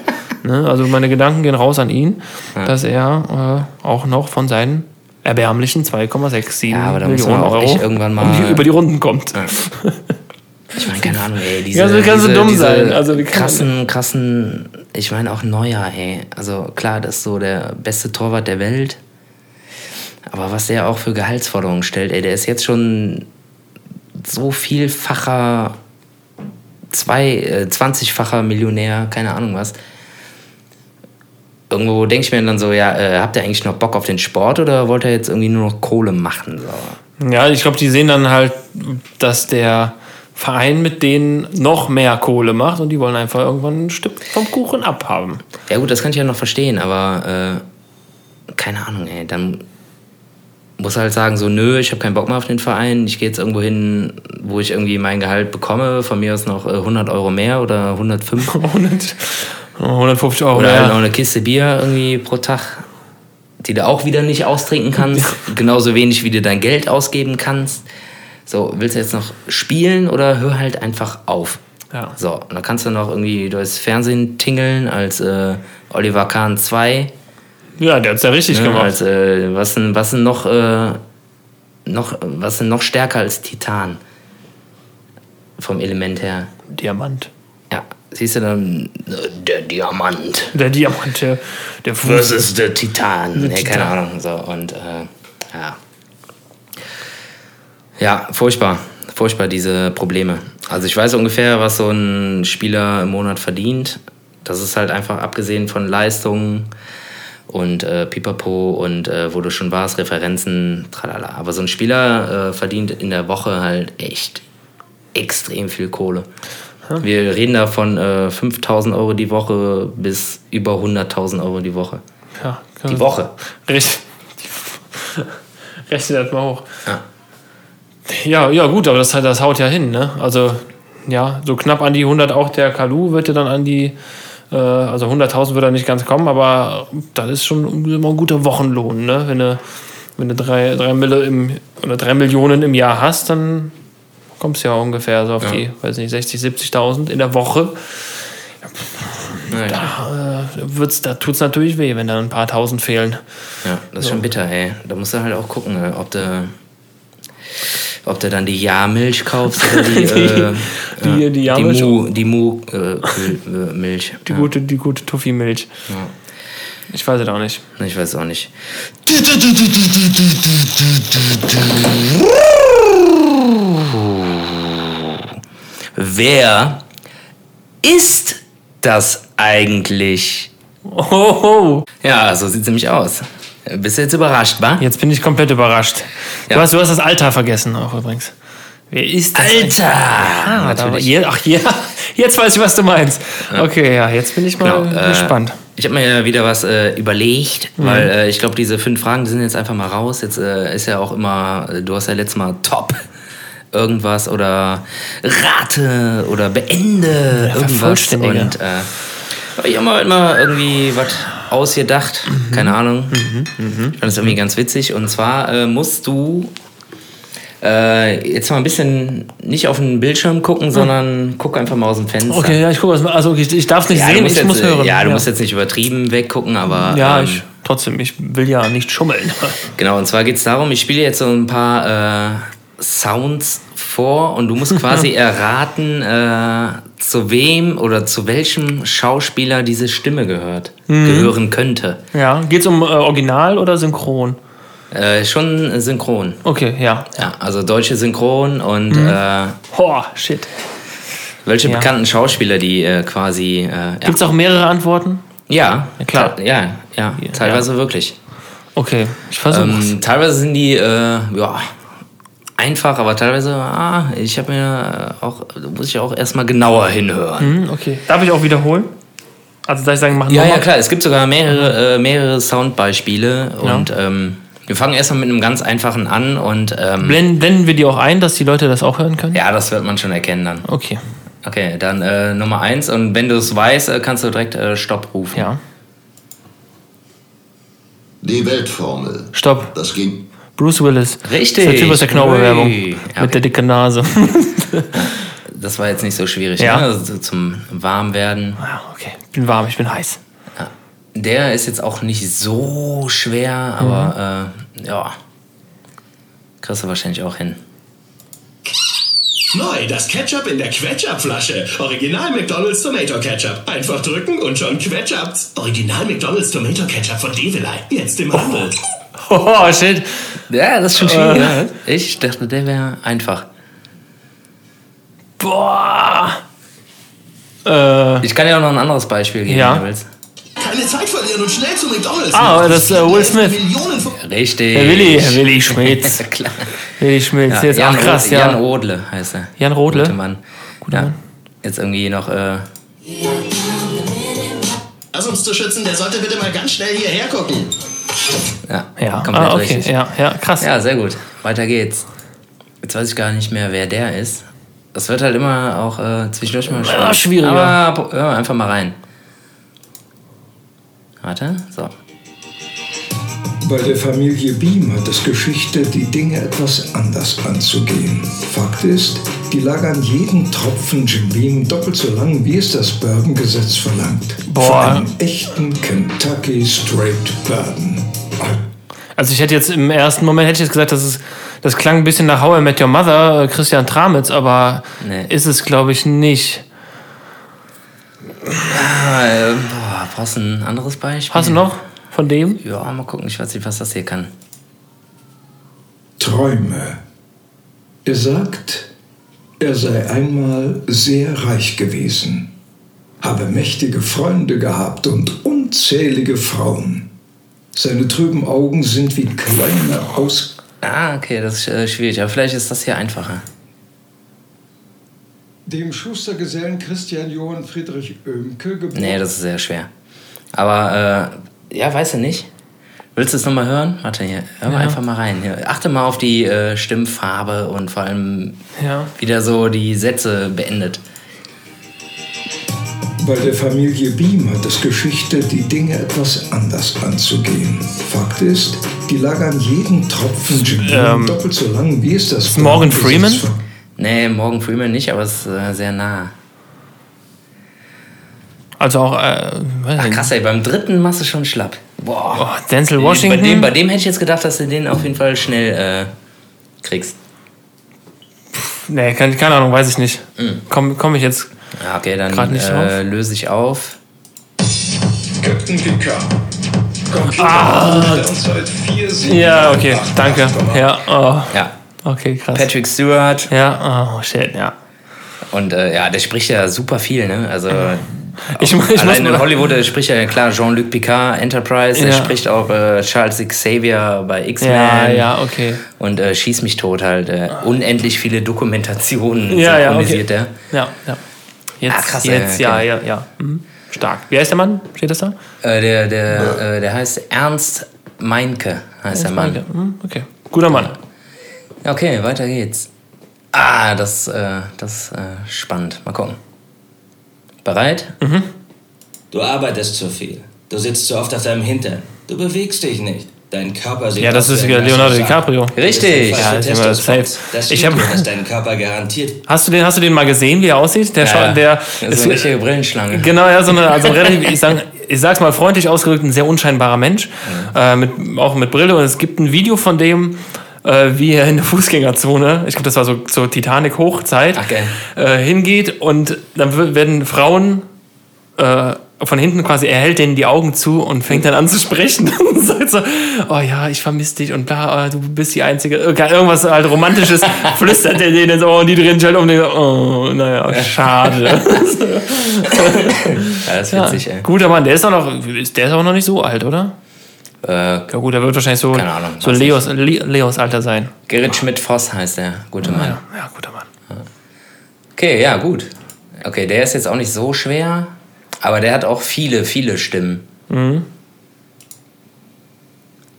Speaker 3: Ne? Also meine Gedanken gehen raus an ihn, dass er äh, auch noch von seinen erbärmlichen 2,67
Speaker 2: Ja, aber da muss
Speaker 3: Millionen
Speaker 2: man auch
Speaker 3: Euro
Speaker 2: echt irgendwann mal-
Speaker 3: um die, über die Runden kommt.
Speaker 2: Ich meine, keine Ahnung, ey, diese,
Speaker 3: Ja, so kannst du
Speaker 2: diese,
Speaker 3: dumm
Speaker 2: diese
Speaker 3: sein. Also, die kann-
Speaker 2: krassen, krassen, ich meine auch Neuer, ey. Also klar, das ist so der beste Torwart der Welt. Aber was der auch für Gehaltsforderungen stellt, ey, der ist jetzt schon so vielfacher, zwei, äh, 20-facher Millionär, keine Ahnung was. Irgendwo denke ich mir dann so, ja, äh, habt ihr eigentlich noch Bock auf den Sport oder wollt ihr jetzt irgendwie nur noch Kohle machen? So?
Speaker 3: Ja, ich glaube, die sehen dann halt, dass der Verein mit denen noch mehr Kohle macht und die wollen einfach irgendwann ein Stück vom Kuchen abhaben.
Speaker 2: Ja gut, das kann ich ja noch verstehen, aber äh, keine Ahnung, ey, dann muss er halt sagen, so, nö, ich habe keinen Bock mehr auf den Verein, ich gehe jetzt irgendwo hin, wo ich irgendwie mein Gehalt bekomme, von mir aus noch äh, 100 Euro mehr oder 105
Speaker 3: Und 150 Euro.
Speaker 2: oder halt noch
Speaker 3: Mehr.
Speaker 2: eine Kiste Bier irgendwie pro Tag, die du auch wieder nicht austrinken kannst, genauso wenig wie du dein Geld ausgeben kannst. So, willst du jetzt noch spielen oder hör halt einfach auf?
Speaker 3: Ja.
Speaker 2: So, und dann kannst du noch irgendwie durchs Fernsehen tingeln als äh, Oliver Kahn 2
Speaker 3: ja, der hat's ja richtig
Speaker 2: Ne,
Speaker 3: gemacht.
Speaker 2: als, äh, was sind was sind noch, äh, noch was sind noch stärker als Titan vom Element her?
Speaker 3: Diamant.
Speaker 2: Ja, siehst du dann äh, der Diamant
Speaker 3: Der Diamant, der, der Fuß.
Speaker 2: versus der Titan. Nee,
Speaker 3: Titan.
Speaker 2: keine Ahnung so und äh, ja. Ja, furchtbar. Furchtbar, diese Probleme. Also ich weiß ungefähr, was so ein Spieler im Monat verdient. Das ist halt einfach abgesehen von Leistungen und äh, Pipapo und äh, wo du schon warst, Referenzen, tralala. Aber so ein Spieler äh, verdient in der Woche halt echt extrem viel Kohle. Wir reden da von äh, 5000 Euro die Woche bis über 100.000 Euro die Woche.
Speaker 3: Ja,
Speaker 2: Die Woche.
Speaker 3: Recht, rechne das mal hoch. Ja, ja, gut, aber das, das haut ja hin, ne? Also, ja, so knapp an die 100 auch der Kalu wird ja dann an die, äh, also 100.000 wird er nicht ganz kommen, aber das ist schon immer ein guter Wochenlohn, ne? Wenn du, wenn du drei, drei, Mille im, oder drei Millionen im Jahr hast, dann kommst du ja ungefähr so auf die, weiß nicht, 60, 70.000 in der Woche.
Speaker 2: Ja,
Speaker 3: Da, äh, wird's, da tut's natürlich weh, wenn da ein paar Tausend fehlen.
Speaker 2: Ja, das ist schon bitter, ey. Da musst du halt auch gucken, äh, ob du, ob du dann die Ja-Milch kaufst oder die,
Speaker 3: Die-
Speaker 2: äh,
Speaker 3: die-
Speaker 2: ja,
Speaker 3: die Ja-Milch
Speaker 2: Mu, die Mu, äh, Kühl- äh, Milch.
Speaker 3: Die
Speaker 2: ja.
Speaker 3: gute, die gute Toffee-Milch. Ich weiß es auch nicht.
Speaker 2: Ich weiß auch nicht. Wer ist das eigentlich?
Speaker 3: Oh, oh, oh.
Speaker 2: Ja, so sieht's nämlich aus. Bist du jetzt überrascht, wa?
Speaker 3: jetzt bin ich komplett überrascht. Du,
Speaker 2: Ja.
Speaker 3: hast, du hast das Alter vergessen auch übrigens. Wer ist das?
Speaker 2: Alter!
Speaker 3: Ah, da, war-
Speaker 2: Natürlich.
Speaker 3: je, ach ja, jetzt weiß ich, was du meinst. Okay, ja, jetzt bin ich mal
Speaker 2: Genau, äh,
Speaker 3: gespannt. Mhm.
Speaker 2: Ich habe mir ja wieder was äh, überlegt, weil äh, ich glaube, diese fünf Fragen die sind jetzt einfach mal raus. Jetzt äh, ist ja auch immer, du hast ja letztes Mal top irgendwas oder rate oder beende irgendwas.
Speaker 3: vervollständige.
Speaker 2: Und äh, hab ich habe mir heute mal irgendwie was ausgedacht,
Speaker 3: Mhm.
Speaker 2: keine Ahnung. Ich fand das irgendwie ganz witzig. Und zwar äh, musst du äh, jetzt mal ein bisschen nicht auf den Bildschirm gucken, sondern guck einfach mal aus dem Fenster.
Speaker 3: Mhm. Okay, ja, ich gucke mal. Also okay, ich, ich darf es nicht
Speaker 2: Ja, du
Speaker 3: sehen,
Speaker 2: musst
Speaker 3: ich
Speaker 2: jetzt,
Speaker 3: muss
Speaker 2: äh,
Speaker 3: hören.
Speaker 2: Ja, du musst jetzt nicht übertrieben weggucken, aber
Speaker 3: ja
Speaker 2: ähm,
Speaker 3: ich, trotzdem, ich will ja nicht schummeln.
Speaker 2: genau, und zwar geht es darum, ich spiele jetzt so ein paar äh, Sounds vor und du musst quasi erraten, äh, zu wem oder zu welchem Schauspieler diese Stimme gehört,
Speaker 3: Mhm.
Speaker 2: gehören könnte.
Speaker 3: ja, geht's um äh, Original oder Synchron?
Speaker 2: Äh, schon synchron.
Speaker 3: Okay, ja.
Speaker 2: Ja, also deutsche Synchron und äh,
Speaker 3: Ho, shit.
Speaker 2: welche
Speaker 3: Mhm. Ja.
Speaker 2: bekannten Schauspieler, die äh, quasi. Äh, ja.
Speaker 3: Gibt's auch mehrere Antworten?
Speaker 2: ja,
Speaker 3: klar.
Speaker 2: te- Ja, ja, teilweise wirklich.
Speaker 3: Okay, ich versuche.
Speaker 2: Ähm, teilweise sind die äh, ja, einfach, aber teilweise, ah, ich habe mir äh, auch, muss ich auch erstmal genauer hinhören.
Speaker 3: Hm, Okay. Darf ich auch wiederholen? Also darf ich sagen, machen
Speaker 2: Ja, ja,
Speaker 3: nochmal?
Speaker 2: klar, es gibt sogar mehrere, äh, mehrere Soundbeispiele
Speaker 3: Ja.
Speaker 2: und ähm, wir fangen erstmal mit einem ganz einfachen an und ähm,
Speaker 3: Blenden, blenden wir die auch ein, dass die Leute das auch hören können?
Speaker 2: ja, das wird man schon erkennen dann.
Speaker 3: Okay.
Speaker 2: Okay, dann äh, Nummer eins und wenn du es weißt, äh, kannst du direkt äh, Stopp rufen.
Speaker 3: Ja.
Speaker 5: Die Weltformel.
Speaker 3: Stopp.
Speaker 5: Das ging.
Speaker 3: Bruce Willis.
Speaker 2: Richtig.
Speaker 3: Das ist der Typ aus der Knorrbewerbung.
Speaker 2: Ui. Ja,
Speaker 3: Mit der dicken Nase.
Speaker 2: Das war jetzt nicht so schwierig,
Speaker 3: Ja.
Speaker 2: ne? Also zum Warmwerden.
Speaker 3: Ah, okay. Ich bin warm, ich bin heiß.
Speaker 2: Ja. Der ist jetzt auch nicht so schwer, aber
Speaker 3: Mhm.
Speaker 2: äh, ja. Kriegst du wahrscheinlich auch hin.
Speaker 6: Neu, das Ketchup in der Quetschupflasche. Original McDonald's Tomato Ketchup. Einfach drücken und schon Quetschup's. Original McDonald's Tomato Ketchup von Develei. Jetzt im Handel.
Speaker 3: Oh, shit.
Speaker 2: Ja, das ist
Speaker 3: Äh,
Speaker 2: schon schwierig. Ich dachte, der wäre einfach.
Speaker 3: Boah. Äh,
Speaker 2: Ich kann dir auch noch ein anderes Beispiel geben,
Speaker 3: Ja.
Speaker 2: wenn du willst.
Speaker 6: Keine Zeit verlieren und schnell zu McDonald's.
Speaker 3: Ah, aber das ist, äh, Will Smith.
Speaker 6: Millionen von
Speaker 2: Richtig.
Speaker 3: der Willi, Willi Schmitz.
Speaker 2: Ja, klar.
Speaker 3: Willi Schmitz.
Speaker 2: Ja,
Speaker 3: jetzt,
Speaker 2: Jan,
Speaker 3: ach krass,
Speaker 2: Jan
Speaker 3: ja.
Speaker 2: Odle heißt er.
Speaker 3: Jan Rodle?
Speaker 2: Guter Mann. ja. Jetzt irgendwie noch. Äh,
Speaker 6: Lass uns zu schützen, der sollte bitte mal ganz schnell hierher gucken.
Speaker 2: ja,
Speaker 3: Ja,
Speaker 2: komplett
Speaker 3: ah, okay.
Speaker 2: richtig.
Speaker 3: Ja, ja, krass.
Speaker 2: Ja, sehr gut. Weiter geht's. Jetzt weiß ich gar nicht mehr, wer der ist. Das wird halt immer auch äh, zwischendurch mal schwierig.
Speaker 3: Ja, schwieriger.
Speaker 2: Aber hör mal einfach mal rein. Warte, so.
Speaker 7: Bei der Familie Beam hat es Geschichte, die Dinge etwas anders anzugehen. Fakt ist, die lagern jeden Tropfen Jim Beam doppelt so lang, wie es das Bourbon-Gesetz verlangt.
Speaker 3: Boah.
Speaker 7: Für einen echten Kentucky Straight Bourbon.
Speaker 3: Also ich hätte jetzt im ersten Moment hätte ich jetzt gesagt, dass es das klang ein bisschen nach How I Met Your Mother, äh, Christian Tramitz, aber
Speaker 2: Nee.
Speaker 3: ist es glaube ich nicht.
Speaker 2: Ah, äh, boah, brauchst du ein anderes Beispiel?
Speaker 3: Hast du noch von dem?
Speaker 2: Ja, mal gucken, ich weiß nicht, was das hier kann.
Speaker 7: Träume. Er sagt, er sei einmal sehr reich gewesen, habe mächtige Freunde gehabt und unzählige Frauen. Seine trüben Augen sind wie kleine Aus...
Speaker 2: Ah, okay, das ist äh, schwierig, aber vielleicht ist das hier einfacher.
Speaker 7: Dem Schustergesellen Christian Johann Friedrich Oemke geboren...
Speaker 2: Nee, das ist sehr schwer. Aber, äh, ja, weiß du nicht. Willst du es nochmal hören? Warte hier, hör mal einfach mal rein. Hier. Achte mal auf die äh, Stimmfarbe und vor allem
Speaker 3: Ja.
Speaker 2: wieder so die Sätze beendet.
Speaker 7: Bei der Familie Beam hat es Geschichte, die Dinge etwas anders anzugehen. Fakt ist, die lagern jeden Tropfen Jim Beam doppelt so lang, wie es das...
Speaker 3: Hm, ähm, Morgan
Speaker 7: Brand-
Speaker 3: Freeman?
Speaker 2: Nee, Morgan Freeman nicht, aber es ist äh, sehr nah.
Speaker 3: Also auch, äh, weiß
Speaker 2: Ach
Speaker 3: nicht.
Speaker 2: krass, ey, beim dritten machst du schon schlapp. Boah.
Speaker 3: Oh, Denzel
Speaker 2: Bei
Speaker 3: Washington.
Speaker 2: dem, bei dem hätte ich jetzt gedacht, dass du den auf jeden Fall schnell äh, kriegst.
Speaker 3: nee, keine, keine Ahnung, weiß ich nicht.
Speaker 2: Mm.
Speaker 3: Komm, komm ich jetzt.
Speaker 2: Ja, okay, dann
Speaker 3: Grad nicht drauf.
Speaker 2: äh, löse ich auf.
Speaker 8: Captain Kicker. Computer ah. Sternzeit 47.
Speaker 3: Ja, okay, danke. Ja,
Speaker 2: Ja.
Speaker 3: oh, okay, krass.
Speaker 2: Patrick Stewart.
Speaker 3: Ja, oh shit, ja.
Speaker 2: Und äh, ja, der spricht ja super viel, ne? Also
Speaker 3: Ich, mu- ich muss
Speaker 2: allein in
Speaker 3: mal,
Speaker 2: Hollywood der spricht ja klar Jean-Luc Picard, Enterprise, er
Speaker 3: Ja.
Speaker 2: spricht auch äh, Charles Xavier bei X-Men.
Speaker 3: Ja, ja, okay.
Speaker 2: Und äh, Schieß mich tot halt. Äh, unendlich viele Dokumentationen
Speaker 3: Ah. Ja, ja,
Speaker 2: synchronisiert
Speaker 3: okay.
Speaker 2: er.
Speaker 3: Ja, ja. Jetzt,
Speaker 2: Ah, krass, ey,
Speaker 3: jetzt,
Speaker 2: okay.
Speaker 3: ja, ja, ja. Mhm. Stark. Wie heißt der Mann? Steht das da?
Speaker 2: Äh, der, der, äh, der heißt Ernst Meinke, heißt der Mann.
Speaker 3: Danke. Mhm, Okay. Guter Mann.
Speaker 2: Okay, weiter geht's. Ah, das, äh, das ist äh, spannend. Mal gucken. Bereit?
Speaker 9: Du arbeitest zu viel. Du sitzt zu oft auf deinem Hintern. Du bewegst dich nicht. Dein Körper sieht
Speaker 3: Ja, das
Speaker 9: aus
Speaker 3: ist
Speaker 9: wie ein
Speaker 3: wieder Leonardo
Speaker 9: nasser Sack.
Speaker 3: DiCaprio.
Speaker 2: Richtig.
Speaker 9: Das
Speaker 3: Ja,
Speaker 9: ist
Speaker 3: ist
Speaker 9: ein falscher
Speaker 3: immer safe.
Speaker 9: Testosteron. Das
Speaker 3: Ich
Speaker 9: ich
Speaker 3: hab-
Speaker 9: habe dass dein Körper garantiert.
Speaker 3: Hast du den, hast du den mal gesehen, wie er aussieht? Der, schaut, der
Speaker 2: das ist eine richtige Brillenschlange.
Speaker 3: Genau, ja, so eine, also ein relativ, ich, sag, ich sag's mal freundlich ausgedrückt, ein sehr unscheinbarer Mensch, äh, mit, auch mit Brille. Und es gibt ein Video von dem, äh, wie er in der Fußgängerzone, ich glaube, das war so zur Titanic-Hochzeit,
Speaker 2: Ach, geil.
Speaker 3: äh, hingeht und dann w- werden Frauen äh, von hinten quasi, er hält denen die Augen zu und fängt dann an zu sprechen und sagt so, oh ja, ich vermisse dich und bla, oh, du bist die Einzige. Irgend- Irgendwas halt Romantisches flüstert er denen ins Ohr und die drehen schnell um und denken, oh, naja, schade.
Speaker 2: Ja, das ist witzig, ey.
Speaker 3: Guter Mann, der ist auch noch, ist- der ist auch noch nicht so alt, oder?
Speaker 2: Äh,
Speaker 3: Ja gut, der wird wahrscheinlich so,
Speaker 2: Keine Ahnung,
Speaker 3: so
Speaker 2: weiß
Speaker 3: Leos, Le, Leos Alter sein.
Speaker 2: Gerrit Schmidt-Voss heißt der gute Mann.
Speaker 3: Ah, Ja, ja guter Mann.
Speaker 2: Okay, ja, gut. Okay, der ist jetzt auch nicht so schwer, aber der hat auch viele, viele Stimmen.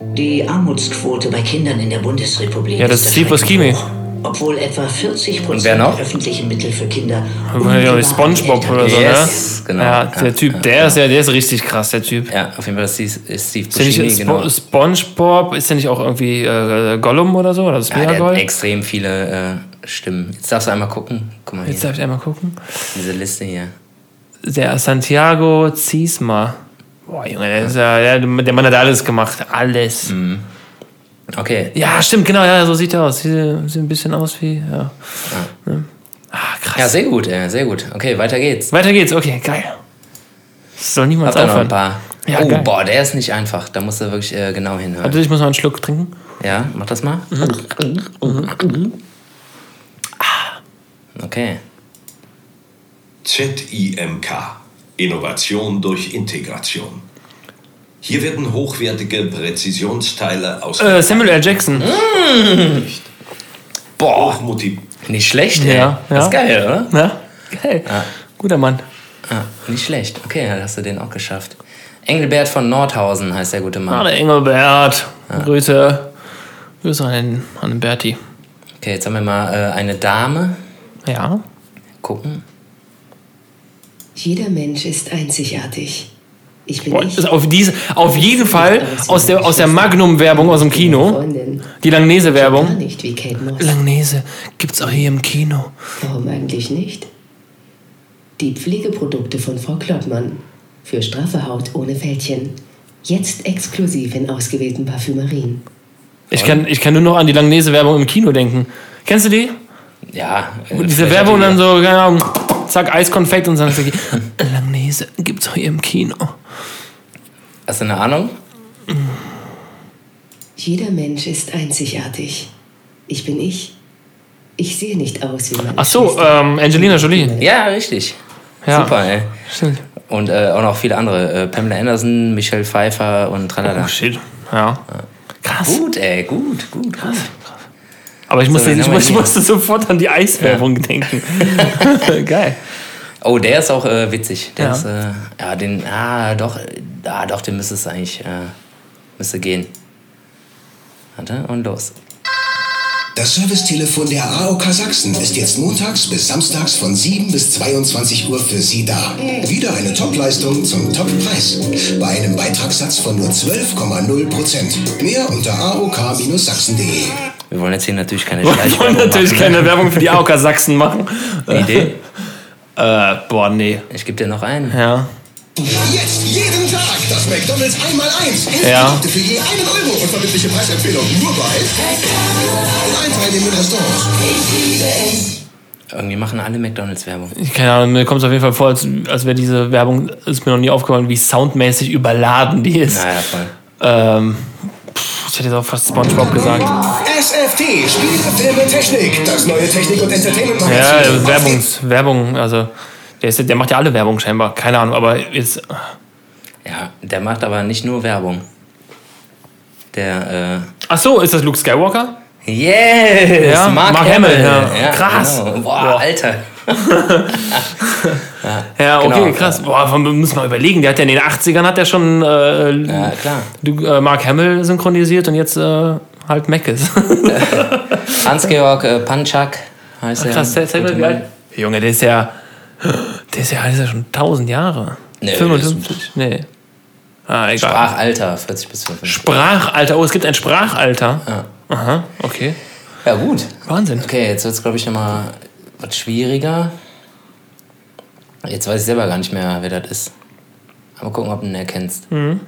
Speaker 10: Die Armutsquote bei Kindern in der Bundesrepublik
Speaker 3: Ja, das ist Sipos Kimi.
Speaker 10: erschreckend hoch, Obwohl etwa 40
Speaker 2: Und wer
Speaker 10: Prozent
Speaker 2: noch?
Speaker 10: der öffentlichen Mittel für Kinder.
Speaker 3: Ja, ja, SpongeBob oder so,
Speaker 2: Yes,
Speaker 3: ne?
Speaker 2: genau.
Speaker 3: Ja,
Speaker 2: Ja,
Speaker 3: der Typ,
Speaker 2: ja,
Speaker 3: der ist ja, der ist richtig krass, der Typ.
Speaker 2: Ja, auf jeden Fall ist Steve- ist Steve
Speaker 3: Ist der nicht
Speaker 2: Buscemi,
Speaker 3: Spo
Speaker 2: genau.
Speaker 3: SpongeBob? Ist der nicht auch irgendwie äh, Gollum oder so? Oder das
Speaker 2: Ja, der hat
Speaker 3: Meergol?
Speaker 2: extrem viele äh, Stimmen. Jetzt darfst du einmal gucken. Guck mal
Speaker 3: Jetzt
Speaker 2: hier,
Speaker 3: darf ich einmal gucken.
Speaker 2: diese Liste hier.
Speaker 3: Der Santiago Ziesma. Boah, Junge, der, ist ja, der, der Mann hat alles gemacht.
Speaker 2: Mhm.
Speaker 3: Alles.
Speaker 2: Okay,
Speaker 3: Ja, stimmt, genau, ja, so sieht er aus. Sieht, sieht ein bisschen aus wie. Ja. Ne? Ah, krass.
Speaker 2: Ja, sehr gut, ja, sehr gut. Okay, weiter geht's.
Speaker 3: Weiter geht's, okay, geil. Das soll niemals
Speaker 2: Habt ihr noch ein
Speaker 3: aufhören.
Speaker 2: paar?
Speaker 3: Ja,
Speaker 2: oh,
Speaker 3: geil.
Speaker 2: boah, der ist nicht einfach. Da musst du wirklich äh, genau hinhören.
Speaker 3: Warte, ich muss mal einen Schluck trinken.
Speaker 2: Ja, mach das mal. Ah, Okay.
Speaker 8: ZIMK. Innovation durch Integration. Hier werden hochwertige Präzisionsteile aus
Speaker 3: Äh, Samuel L. Jackson.
Speaker 2: Hm?
Speaker 8: Boah. Hochmotiv
Speaker 2: Nicht schlecht, ey.
Speaker 3: Ja,
Speaker 2: Das ist
Speaker 3: ja.
Speaker 2: geil, oder?
Speaker 3: Ja? ne? Geil. Guter Mann.
Speaker 2: Ah, nicht schlecht. Okay, dann hast du den auch geschafft. Engelbert von Nordhausen heißt der gute
Speaker 3: Ah,
Speaker 2: Mann.
Speaker 3: der Engelbert. Grüße. Grüße an den, an den Berti.
Speaker 2: Okay, jetzt haben wir mal äh, eine Dame.
Speaker 3: Ja.
Speaker 2: Gucken.
Speaker 10: Jeder Mensch ist einzigartig. Ich bin
Speaker 3: Boah, das ist auf, diese, auf jeden Fall aus der, aus der Magnum-Werbung aus dem Kino.
Speaker 10: Freundin.
Speaker 3: Die Langnese-Werbung.
Speaker 10: nicht wie Kate Moss.
Speaker 3: Langnese gibt's auch hier im Kino.
Speaker 10: Warum eigentlich nicht? Die Pflegeprodukte von Frau Klottmann. Für straffe Haut ohne Fältchen. Jetzt exklusiv in ausgewählten Parfümerien.
Speaker 3: Ich kann, ich kann nur noch an die Langnese-Werbung im Kino denken. Kennst du die?
Speaker 2: Ja. äh,
Speaker 3: Und diese
Speaker 2: vielleicht
Speaker 3: Werbung
Speaker 2: hat
Speaker 3: dann
Speaker 2: die-
Speaker 3: so, keine Ahnung, zack, Eiskonfekt und dann so, Langnese gibt's auch hier im Kino.
Speaker 2: Hast du eine Ahnung?
Speaker 10: Jeder Mensch ist einzigartig. Ich bin ich. Ich sehe nicht aus wie meine
Speaker 3: Ach so,
Speaker 10: Schwester.
Speaker 3: ähm, Angelina Jolie.
Speaker 2: Ja, richtig.
Speaker 3: Ja.
Speaker 2: Super, ey.
Speaker 3: Stimmt.
Speaker 2: Und äh, auch noch viele andere. Äh, Pamela Anderson, Michelle Pfeiffer und tralala.
Speaker 3: Oh shit. Ja. Krass.
Speaker 2: Gut, ey, gut, gut, krass.
Speaker 3: Aber ich
Speaker 2: So,
Speaker 3: musste,
Speaker 2: wen
Speaker 3: ich,
Speaker 2: haben wir
Speaker 3: ich
Speaker 2: denn hier?
Speaker 3: musste sofort an die Eiswerbung denken. Geil.
Speaker 2: Oh, der ist auch äh, witzig. Der
Speaker 3: Ja.
Speaker 2: ist, äh, ja, den, ah, doch, äh, ah, doch, den müsste es eigentlich, äh, müsste gehen. Warte, und los.
Speaker 11: Das Servicetelefon der AOK Sachsen ist jetzt montags bis samstags von 7 bis 22 Uhr für Sie da. Wieder eine Topleistung zum Toppreis. Bei einem Beitragssatz von nur 12,0 Prozent. Mehr unter aok-sachsen.de.
Speaker 2: Wir wollen jetzt hier natürlich keine
Speaker 3: Wir wollen
Speaker 2: Schleichwerbung
Speaker 3: natürlich
Speaker 2: machen.
Speaker 3: keine Werbung für die AOK Sachsen machen.
Speaker 2: Eine Idee?
Speaker 3: Äh, boah, nee.
Speaker 2: Ich gebe dir noch einen.
Speaker 3: Ja.
Speaker 11: Jetzt jeden Tag das McDonalds einmal eins. Elf
Speaker 3: Ja.
Speaker 11: Produkte für je einen Euro und verbindliche Preisempfehlung nur bei allen teilnehmenden Restaurants.
Speaker 2: Irgendwie machen alle McDonalds-Werbung.
Speaker 3: Keine Ahnung, mir kommt es auf jeden Fall vor, als, als wäre diese Werbung, ist mir noch nie aufgefallen, wie soundmäßig überladen die ist.
Speaker 2: Naja, voll.
Speaker 3: Ähm, pff, ich hätte jetzt auch fast Spongebob gesagt.
Speaker 11: SFT, Spiele, Filme, Technik. Das neue Technik- und
Speaker 3: Ja,
Speaker 11: Entertainment-Magazin.
Speaker 3: äh, Werbungs, Werbung, also der, ist, ja- der macht ja alle Werbung scheinbar. Keine Ahnung, aber jetzt.
Speaker 2: Ja, der macht aber nicht nur Werbung. Der,
Speaker 3: Ach so, ist das Luke Skywalker?
Speaker 2: äh, yes!
Speaker 3: Ja,
Speaker 2: Mark,
Speaker 3: Mark
Speaker 2: Hamill.
Speaker 3: Hamill, ja. Krass.
Speaker 2: Genau. Boah, Alter.
Speaker 3: Ja, okay,
Speaker 2: Genau.
Speaker 3: krass. Boah, wir müssen mal überlegen. Der hat ja in den 80ern hat er schon äh,
Speaker 2: Ja, klar.
Speaker 3: du- äh, Mark Hamill synchronisiert und jetzt äh, halt Meckes.
Speaker 2: Hans-Georg äh, Panchak heißt er.
Speaker 3: krass, der ist ja
Speaker 2: Guter
Speaker 3: wie
Speaker 2: Mann.
Speaker 3: alt? Junge, der ist ja. Der ist ja, der ist ja schon 1000 Jahre.
Speaker 2: Nee,
Speaker 3: 55? Nee. Ah, egal.
Speaker 2: Sprachalter, 40 bis 45.
Speaker 3: Sprachalter. Oh, es gibt ein Sprachalter.
Speaker 2: Ja.
Speaker 3: Aha, okay.
Speaker 2: Ja, gut.
Speaker 3: Wahnsinn.
Speaker 2: Ah. Okay, jetzt wird es, glaube ich, nochmal was schwieriger. Jetzt weiß ich selber gar nicht mehr, wer das ist. Aber gucken, ob du ihn erkennst.
Speaker 3: Hm.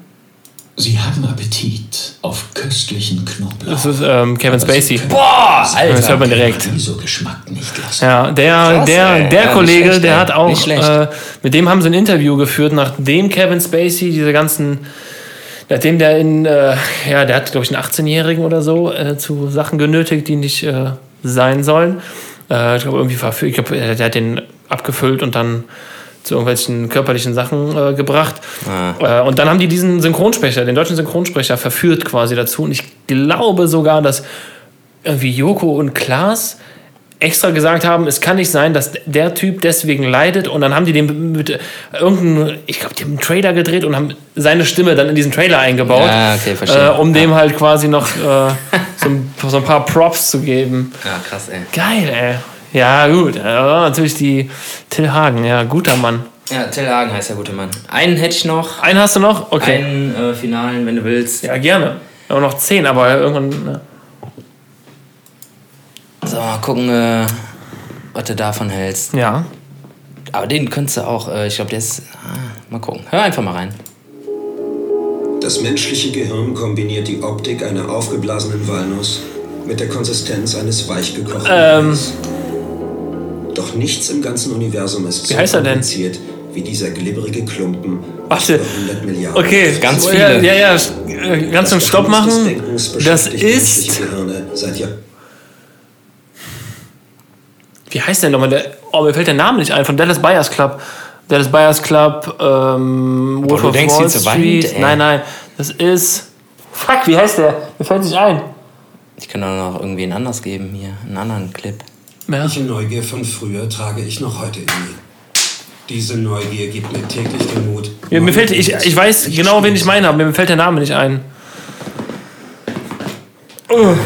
Speaker 6: Sie haben Appetit auf köstlichen Knoblauch.
Speaker 3: Das ist ähm, Kevin Spacey.
Speaker 2: Boah, Alter.
Speaker 3: Das hört man direkt.
Speaker 6: So Geschmack nicht lassen.
Speaker 3: Ja, der,
Speaker 2: Krass,
Speaker 3: der,
Speaker 2: ey.
Speaker 3: der
Speaker 2: Ja, nicht
Speaker 3: Kollege,
Speaker 2: schlecht,
Speaker 3: der
Speaker 2: ey.
Speaker 3: hat auch,
Speaker 2: Nicht schlecht.
Speaker 3: äh, mit dem haben sie ein Interview geführt, nachdem Kevin Spacey diese ganzen, nachdem der in, äh, ja, der hat, glaube ich, einen 18-Jährigen oder so äh, zu Sachen genötigt, die nicht äh, sein sollen. Äh, ich glaube, irgendwie verfügt, ich glaube, äh, der hat den abgefüllt und dann zu irgendwelchen körperlichen Sachen äh, gebracht.
Speaker 2: Ah.
Speaker 3: Äh, und dann haben die diesen Synchronsprecher, den deutschen Synchronsprecher, verführt quasi dazu. Und ich glaube sogar, dass irgendwie Joko und Klaas extra gesagt haben, es kann nicht sein, dass der Typ deswegen leidet und dann haben die den mit irgendeinem, ich glaube, die haben einen Trailer gedreht und haben seine Stimme dann in diesen Trailer eingebaut,
Speaker 2: Ah, okay, verstehe.
Speaker 3: äh, um dem halt quasi noch äh, so, ein, so ein paar Props zu geben.
Speaker 2: Ja, krass, ey.
Speaker 3: Geil, ey. Ja, gut. Äh, natürlich die Till Hagen, ja, guter Mann.
Speaker 2: Ja, Till Hagen heißt der gute Mann. Einen hätte ich noch.
Speaker 3: Einen hast du noch? Okay.
Speaker 2: Einen äh, finalen, wenn du willst.
Speaker 3: Ja, gerne. Aber noch zehn, aber irgendwann. Ne.
Speaker 2: So, mal gucken, äh, was du davon hältst.
Speaker 3: Ja.
Speaker 2: Aber den könntest du auch, äh, ich glaube, der ist. Ah, mal gucken. Hör einfach mal rein.
Speaker 12: Das menschliche Gehirn kombiniert die Optik einer aufgeblasenen Walnuss mit der Konsistenz eines weichgekochten
Speaker 3: Ähm.
Speaker 12: Eis. Doch nichts im ganzen Universum ist
Speaker 3: Wie
Speaker 12: so
Speaker 3: heißt er denn?
Speaker 12: kompliziert wie dieser glibberige Klumpen.
Speaker 3: Warte.
Speaker 12: 100 Milliarden.
Speaker 3: Okay.
Speaker 2: Ganz
Speaker 3: Ja,
Speaker 2: viele.
Speaker 3: ja, ja. äh, Ganz zum Stopp
Speaker 12: Geheimnis des
Speaker 3: machen.
Speaker 12: Denkens
Speaker 3: Das
Speaker 12: beschäftigt
Speaker 3: ist.
Speaker 12: menschliche Gehirne seit Jahr
Speaker 3: wie heißt der nochmal? Der, oh, mir fällt der Name nicht ein, von Dallas Buyers Club. Dallas Buyers Club, ähm, Wolf
Speaker 2: du
Speaker 3: of
Speaker 2: denkst
Speaker 3: Wall
Speaker 2: ihn zu weit,
Speaker 3: Street.
Speaker 2: ey.
Speaker 3: nein, nein, das ist. Fuck, wie heißt der? Mir fällt nicht ein.
Speaker 2: Ich kann auch noch irgendwie einen anders geben hier. Einen anderen Clip.
Speaker 12: Welche Neugier von früher trage ich noch heute in mir? Diese Neugier gibt mir täglich den Mut.
Speaker 3: Mir, mir fällt, ich, ich weiß genau, wen ich meine, aber mir fällt der Name nicht ein. Ugh,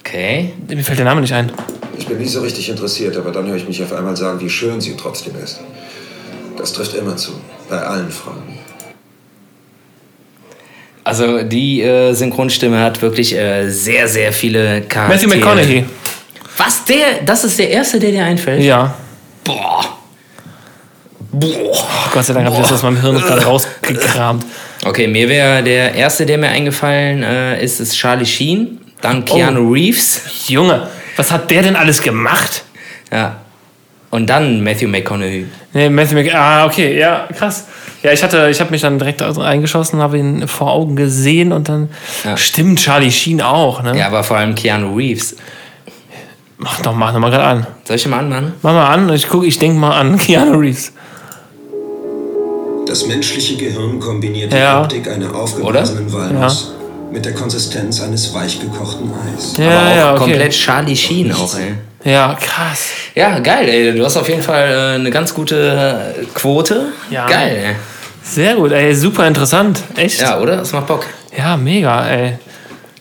Speaker 2: Okay.
Speaker 3: mir fällt der Name nicht ein.
Speaker 12: Ich bin nie so richtig interessiert, aber dann höre ich mich auf einmal sagen, wie schön sie trotzdem ist. Das trifft immer zu, bei allen Frauen.
Speaker 2: Also die äh, Synchronstimme hat wirklich äh, sehr, sehr viele Charaktere.
Speaker 3: Matthew McConaughey.
Speaker 2: Was? Der? Das ist der erste, der dir einfällt?
Speaker 3: Ja.
Speaker 2: Boah. Boah.
Speaker 3: Gott sei Dank habe ich das aus meinem Hirn gerade rausgekramt.
Speaker 2: Okay, mir wäre der erste, der mir eingefallen äh, ist, ist Charlie Sheen, dann
Speaker 3: Oh.
Speaker 2: Keanu Reeves
Speaker 3: Junge, was hat der denn alles gemacht?
Speaker 2: ja. und dann Matthew McConaughey.
Speaker 3: Nee, Matthew Mc Ah, okay, ja, krass. Ja, ich hatte, ich habe mich dann direkt eingeschossen, habe ihn vor Augen gesehen und dann.
Speaker 2: Ja.
Speaker 3: Stimmt, Charlie Sheen auch, ne?
Speaker 2: Ja, aber vor allem Keanu Reeves.
Speaker 3: Mach doch, mach doch mal gerade an.
Speaker 2: Soll ich mal anmachen?
Speaker 3: Mach mal an und ich gucke, ich denke mal an Keanu Reeves.
Speaker 12: Das menschliche Gehirn kombiniert die
Speaker 3: Ja.
Speaker 12: Optik einer aufgeblasenen
Speaker 3: Oder?
Speaker 12: Walnuss mit der Konsistenz eines weichgekochten Eis.
Speaker 3: Ja, Aber auch ja, okay.
Speaker 2: Komplett Charlie Sheen auch, ey.
Speaker 3: Ja, krass.
Speaker 2: Ja, geil, ey. Du hast auf jeden Fall äh, eine ganz gute äh, Quote.
Speaker 3: Ja.
Speaker 2: Geil,
Speaker 3: Sehr gut, ey, super interessant. Echt?
Speaker 2: Ja, oder? Das macht Bock.
Speaker 3: Ja, mega, ey.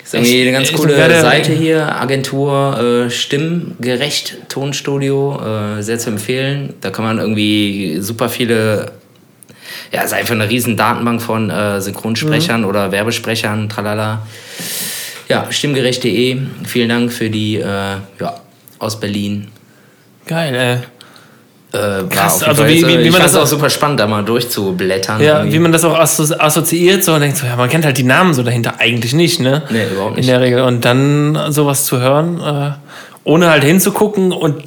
Speaker 2: Ist irgendwie eine ganz
Speaker 3: Echt,
Speaker 2: coole
Speaker 3: ich werde-
Speaker 2: Seite hier, Agentur, äh, stimmgerecht, Tonstudio, äh, sehr zu empfehlen. Da kann man irgendwie super viele, ja, ist einfach eine riesen Datenbank von äh,
Speaker 3: Mhm.
Speaker 2: Synchronsprechern oder Werbesprechern, tralala. Ja, stimmgerecht.de, vielen Dank für die, äh, ja, aus Berlin.
Speaker 3: Geil, ey.
Speaker 2: Äh, war
Speaker 3: Krass,
Speaker 2: auf jeden
Speaker 3: also
Speaker 2: Fall
Speaker 3: wie-
Speaker 2: jetzt, äh,
Speaker 3: wie- wie
Speaker 2: ich
Speaker 3: man
Speaker 2: fand's
Speaker 3: das-
Speaker 2: auch super spannend, da mal durchzublättern.
Speaker 3: Ja,
Speaker 2: irgendwie.
Speaker 3: wie man das auch asso assoziiert so und denkt so, ja, man kennt halt die Namen so dahinter eigentlich nicht, ne?
Speaker 2: Nee, überhaupt
Speaker 3: In
Speaker 2: nicht.
Speaker 3: der Regel. Und dann sowas zu hören, äh, ohne halt hinzugucken. Und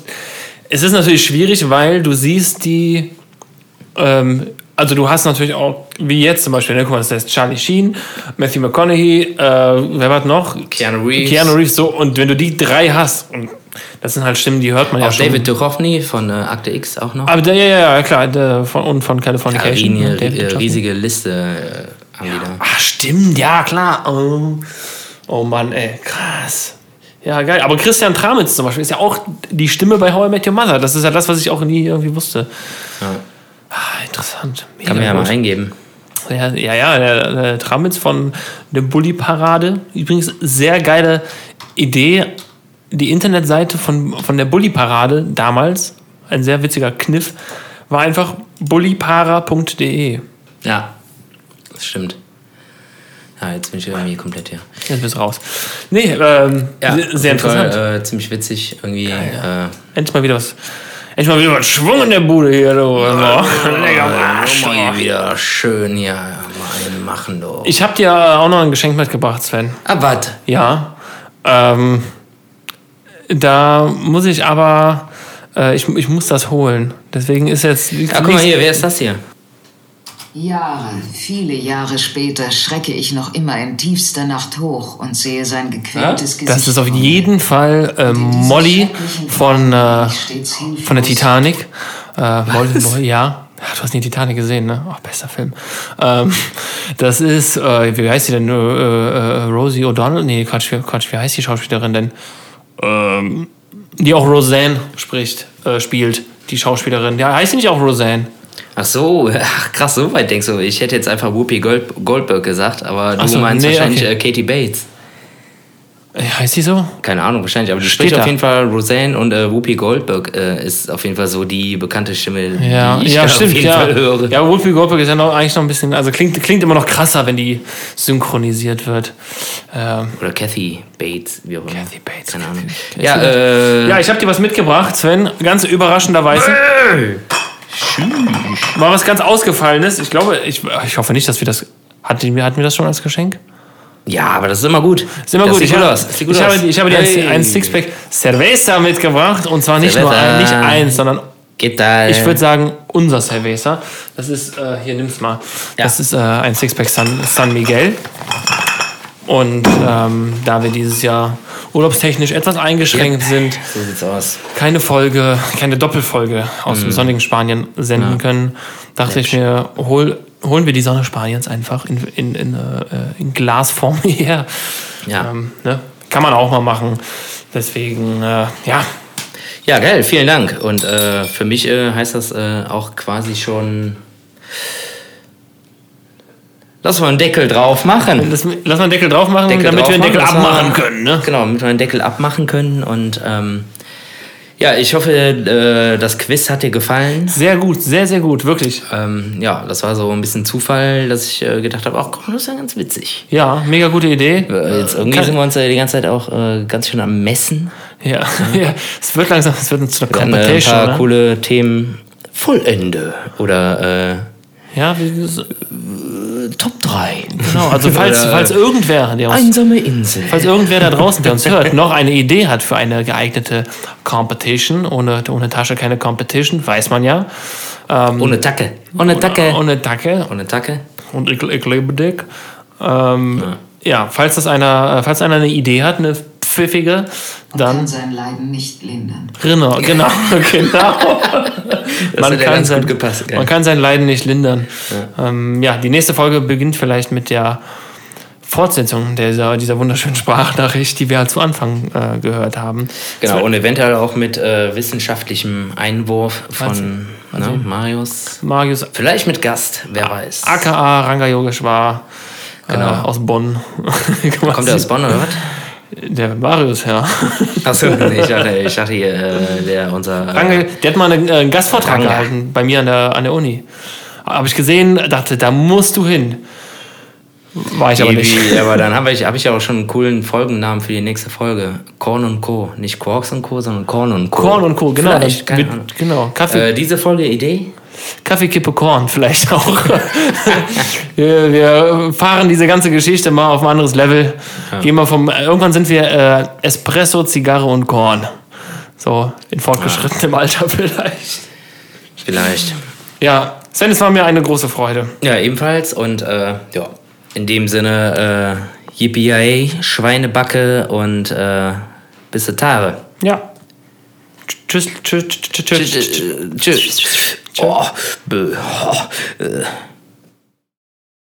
Speaker 3: es ist natürlich schwierig, weil du siehst die, ähm, also du hast natürlich auch, wie jetzt zum Beispiel, ne, guck mal, das heißt Charlie Sheen, Matthew McConaughey, äh, wer war noch?
Speaker 2: Keanu Reeves.
Speaker 3: Keanu Reeves, so. Und wenn du die drei hast, und das sind halt Stimmen, die hört man ja
Speaker 2: Auch
Speaker 3: schon. Ah,
Speaker 2: David Duchovny von äh, Akte X auch noch.
Speaker 3: Aber der, ja, ja, ja, klar, der, von, und von
Speaker 2: Ja,
Speaker 3: Californication. ne,
Speaker 2: riesige,
Speaker 3: David
Speaker 2: äh,
Speaker 3: Duchovny.
Speaker 2: riesige Liste äh, haben die da.
Speaker 3: Ah, stimmt, ja, klar. Oh, oh Mann, ey, krass. Ja, geil. Aber Christian Tramitz zum Beispiel ist ja auch die Stimme bei How I Met Your Mother. Das ist ja das, was ich auch nie irgendwie wusste.
Speaker 2: Ja.
Speaker 3: Ah, interessant. Mega
Speaker 2: Kann man ja
Speaker 3: gut.
Speaker 2: mal eingeben.
Speaker 3: Ja, ja, ja der, der Tramitz von der Bully Parade. Übrigens, sehr geile Idee. Die Internetseite von, von der Bully Parade damals, ein sehr witziger Kniff, war einfach bullypara.de.
Speaker 2: Ja, das stimmt. Ja, jetzt bin ich irgendwie komplett hier.
Speaker 3: Jetzt bist du raus. Nee, ähm,
Speaker 2: Ja,
Speaker 3: sehr, sehr
Speaker 2: auf jeden
Speaker 3: interessant.
Speaker 2: Fall, äh, ziemlich witzig irgendwie. Äh,
Speaker 3: Endlich mal wieder was. Endlich mal wieder was Schwung in der Bude hier, du. also. Lecker am Arsch.
Speaker 2: Arsch, mal wieder schön hier mal einen machen, du.
Speaker 3: Ich hab dir auch noch ein Geschenk mitgebracht, Sven.
Speaker 2: Ah, was?
Speaker 3: Ja. Ähm, da muss ich aber. Äh, ich, ich muss das holen. Deswegen ist jetzt.
Speaker 2: Ja, guck mal hier, wer ist das hier?
Speaker 13: Jahre, viele Jahre später schrecke ich noch immer in tiefster Nacht hoch und sehe sein gequältes Gesicht.
Speaker 3: Das ist auf jeden Fall ähm, Molly von, äh, von der Titanic. Äh, Molly, Molly, ja. Ja, Du hast nie Titanic gesehen, ne? Oh, bester Film. Ähm, das ist, äh, wie heißt sie denn? Äh, äh, Rosie O'Donnell? Nee, Quatsch, wie- Quatsch, wie heißt die Schauspielerin denn? Ähm, die auch Roseanne spricht, äh, spielt, die Schauspielerin. Ja, heißt sie nicht auch Roseanne?
Speaker 2: Ach so, ach, krass, so weit denkst du. Ich hätte jetzt einfach Whoopi Gold, Goldberg gesagt, aber du
Speaker 3: Ach so,
Speaker 2: meinst
Speaker 3: nee,
Speaker 2: wahrscheinlich
Speaker 3: okay.
Speaker 2: äh, Katie Bates.
Speaker 3: Äh, Heißt sie so?
Speaker 2: Keine Ahnung, wahrscheinlich, aber die
Speaker 3: Steht
Speaker 2: spricht
Speaker 3: da.
Speaker 2: auf jeden Fall Roseanne und äh, Whoopi Goldberg äh, ist auf jeden Fall so die bekannte Stimme,
Speaker 3: Ja,
Speaker 2: die ich
Speaker 3: ja
Speaker 2: da
Speaker 3: stimmt,
Speaker 2: auf jeden
Speaker 3: ja.
Speaker 2: Fall höre.
Speaker 3: Ja, Whoopi Goldberg ist ja noch, eigentlich noch ein bisschen, also klingt, klingt immer noch krasser, wenn die synchronisiert wird. Ähm,
Speaker 2: Oder Kathy Bates, wie auch immer. Kathy Bates. Keine Ahnung.
Speaker 3: Ja,
Speaker 2: Ja, äh,
Speaker 3: ja, ich habe dir was mitgebracht, Sven. Ganz überraschenderweise. War was ganz Ausgefallenes. Ich glaube, ich, ich hoffe nicht, dass wir das. Hat die- hatten wir das schon als Geschenk?
Speaker 2: äh, ja, aber das ist immer gut.
Speaker 3: Ist immer
Speaker 2: das
Speaker 3: gut.
Speaker 2: Sieht
Speaker 3: Ich,
Speaker 2: gut
Speaker 3: hab-
Speaker 2: aus. Das sieht gut
Speaker 3: ich,
Speaker 2: aus.
Speaker 3: Habe, ich habe dir ein, ein Sixpack Cerveza mitgebracht. Und zwar nicht nur
Speaker 2: Cerveza. Äh.
Speaker 3: ein, nicht eins, sondern
Speaker 2: Geht da.
Speaker 3: ich würde sagen, unser Cerveza. Das ist, äh, hier nimm's mal. Das ist äh, ein Sixpack San, San Miguel. Und ähm, da wir dieses Jahr urlaubstechnisch etwas eingeschränkt sind,
Speaker 2: So sieht's aus.
Speaker 3: keine Folge, keine Doppelfolge aus dem
Speaker 2: Mhm.
Speaker 3: sonnigen Spanien senden
Speaker 2: Ja.
Speaker 3: können, dachte ich mir, hol, holen wir die Sonne Spaniens einfach in, in, in, äh, in Glasform hierher.
Speaker 2: Ja.
Speaker 3: Ähm, ne? Kann man auch mal machen. Deswegen, äh, ja.
Speaker 2: Ja, geil, vielen Dank. Und äh, für mich äh, heißt das äh, auch quasi schon. Lass mal einen Deckel drauf machen.
Speaker 3: Lass, lass mal einen Deckel drauf machen, damit wir den Deckel
Speaker 2: drauf machen,
Speaker 3: abmachen
Speaker 2: dass wir-
Speaker 3: können. Ne?
Speaker 2: Genau, damit wir den Deckel abmachen können. Und ähm, ja, ich hoffe, äh, das Quiz hat dir gefallen.
Speaker 3: Sehr gut, sehr, sehr gut, wirklich.
Speaker 2: Ähm, ja, das war so ein bisschen Zufall, dass ich äh, gedacht habe, ach komm, das ist ja ganz witzig.
Speaker 3: Ja, mega gute Idee.
Speaker 2: Äh, Jetzt irgendwie
Speaker 3: Kann-
Speaker 2: sind wir uns ja die ganze Zeit auch äh, ganz schön am Messen.
Speaker 3: Ja, ja. es wird langsam, es wird zu einer
Speaker 2: Wir hatten, äh, ein
Speaker 3: Competition.
Speaker 2: paar
Speaker 3: ne?
Speaker 2: coole Themen. Vollende oder äh,
Speaker 3: Ja, wie- so-
Speaker 2: Top 3.
Speaker 3: genau. Also falls,
Speaker 2: Oder-
Speaker 3: falls irgendwer, der uns,
Speaker 2: Einsame Insel.
Speaker 3: falls irgendwer da draußen, der uns hört, noch eine Idee hat für eine geeignete Competition, ohne, ohne Tasche keine Competition, weiß man ja. Ähm,
Speaker 2: Ohne Tacke. Ohne Tacke.
Speaker 3: Ohne Tacke.
Speaker 2: Ohne Tacke.
Speaker 3: Und ich, ich liebe dich. Ähm, ja. falls das einer, äh, falls einer eine Idee hat, eine pfiffige,
Speaker 13: Kann
Speaker 3: dann.
Speaker 13: sein Leiden nicht lindern.
Speaker 3: Rinner, genau, genau. man,
Speaker 13: hat ja
Speaker 3: kann
Speaker 13: ganz
Speaker 3: sein,
Speaker 13: gut gepasst, gell?
Speaker 3: man kann sein Leiden nicht lindern. Ja. Ähm, ja, die nächste Folge beginnt vielleicht mit der Fortsetzung dieser, dieser wunderschönen Sprachnachricht, die wir halt zu Anfang äh, gehört haben.
Speaker 2: Genau,
Speaker 3: Zwar-
Speaker 2: und eventuell auch mit äh, wissenschaftlichem Einwurf von
Speaker 3: Mal sehen.
Speaker 2: ne, Marius.
Speaker 3: Marius.
Speaker 2: Vielleicht mit Gast, wer
Speaker 3: Ah,
Speaker 2: weiß.
Speaker 3: aka Ranga Yogeshwar
Speaker 2: Genau.
Speaker 3: äh, aus Bonn.
Speaker 2: Kommt er aus Bonn oder was?
Speaker 3: Der Marius, ja.
Speaker 2: Achso, nee, ich dachte, ich dachte hier, äh, der unser.
Speaker 3: Ranga, der hat mal einen, äh, einen Gastvortrag
Speaker 2: Ranga.
Speaker 3: gehalten bei mir an der, an der Uni. Habe ich gesehen, dachte, da musst du hin. War ich aber
Speaker 2: Wie-
Speaker 3: nicht.
Speaker 2: wie- aber dann habe ich, hab ich ja auch schon einen coolen Folgennamen für die nächste Folge. Korn und Co. Nicht Quarks und Co., sondern Korn und Co.
Speaker 3: Korn und Co. Genau,
Speaker 2: Vielleicht,
Speaker 3: dann
Speaker 2: keine
Speaker 3: mit-
Speaker 2: Ahnung.
Speaker 3: genau. Kaffee,
Speaker 2: Äh, diese Folge Idee?
Speaker 3: Kaffeekippe Korn vielleicht auch. wir, wir fahren diese ganze Geschichte mal auf ein anderes Level.
Speaker 2: Ja.
Speaker 3: Gehen wir vom, irgendwann sind wir äh, Espresso, Zigarre und Korn. So, in
Speaker 2: Ah.
Speaker 3: fortgeschrittenem Alter vielleicht.
Speaker 2: Vielleicht.
Speaker 3: Ja, Sven, es war mir eine große Freude.
Speaker 2: Ja, ebenfalls. Und äh, ja, in dem Sinne, äh, yippie Schweinebacke und äh, bis zur Tare.
Speaker 3: Ja. Tschüss, tschüss, tschüss, tschüss.
Speaker 2: Tschüss. Oh, bö, oh, äh.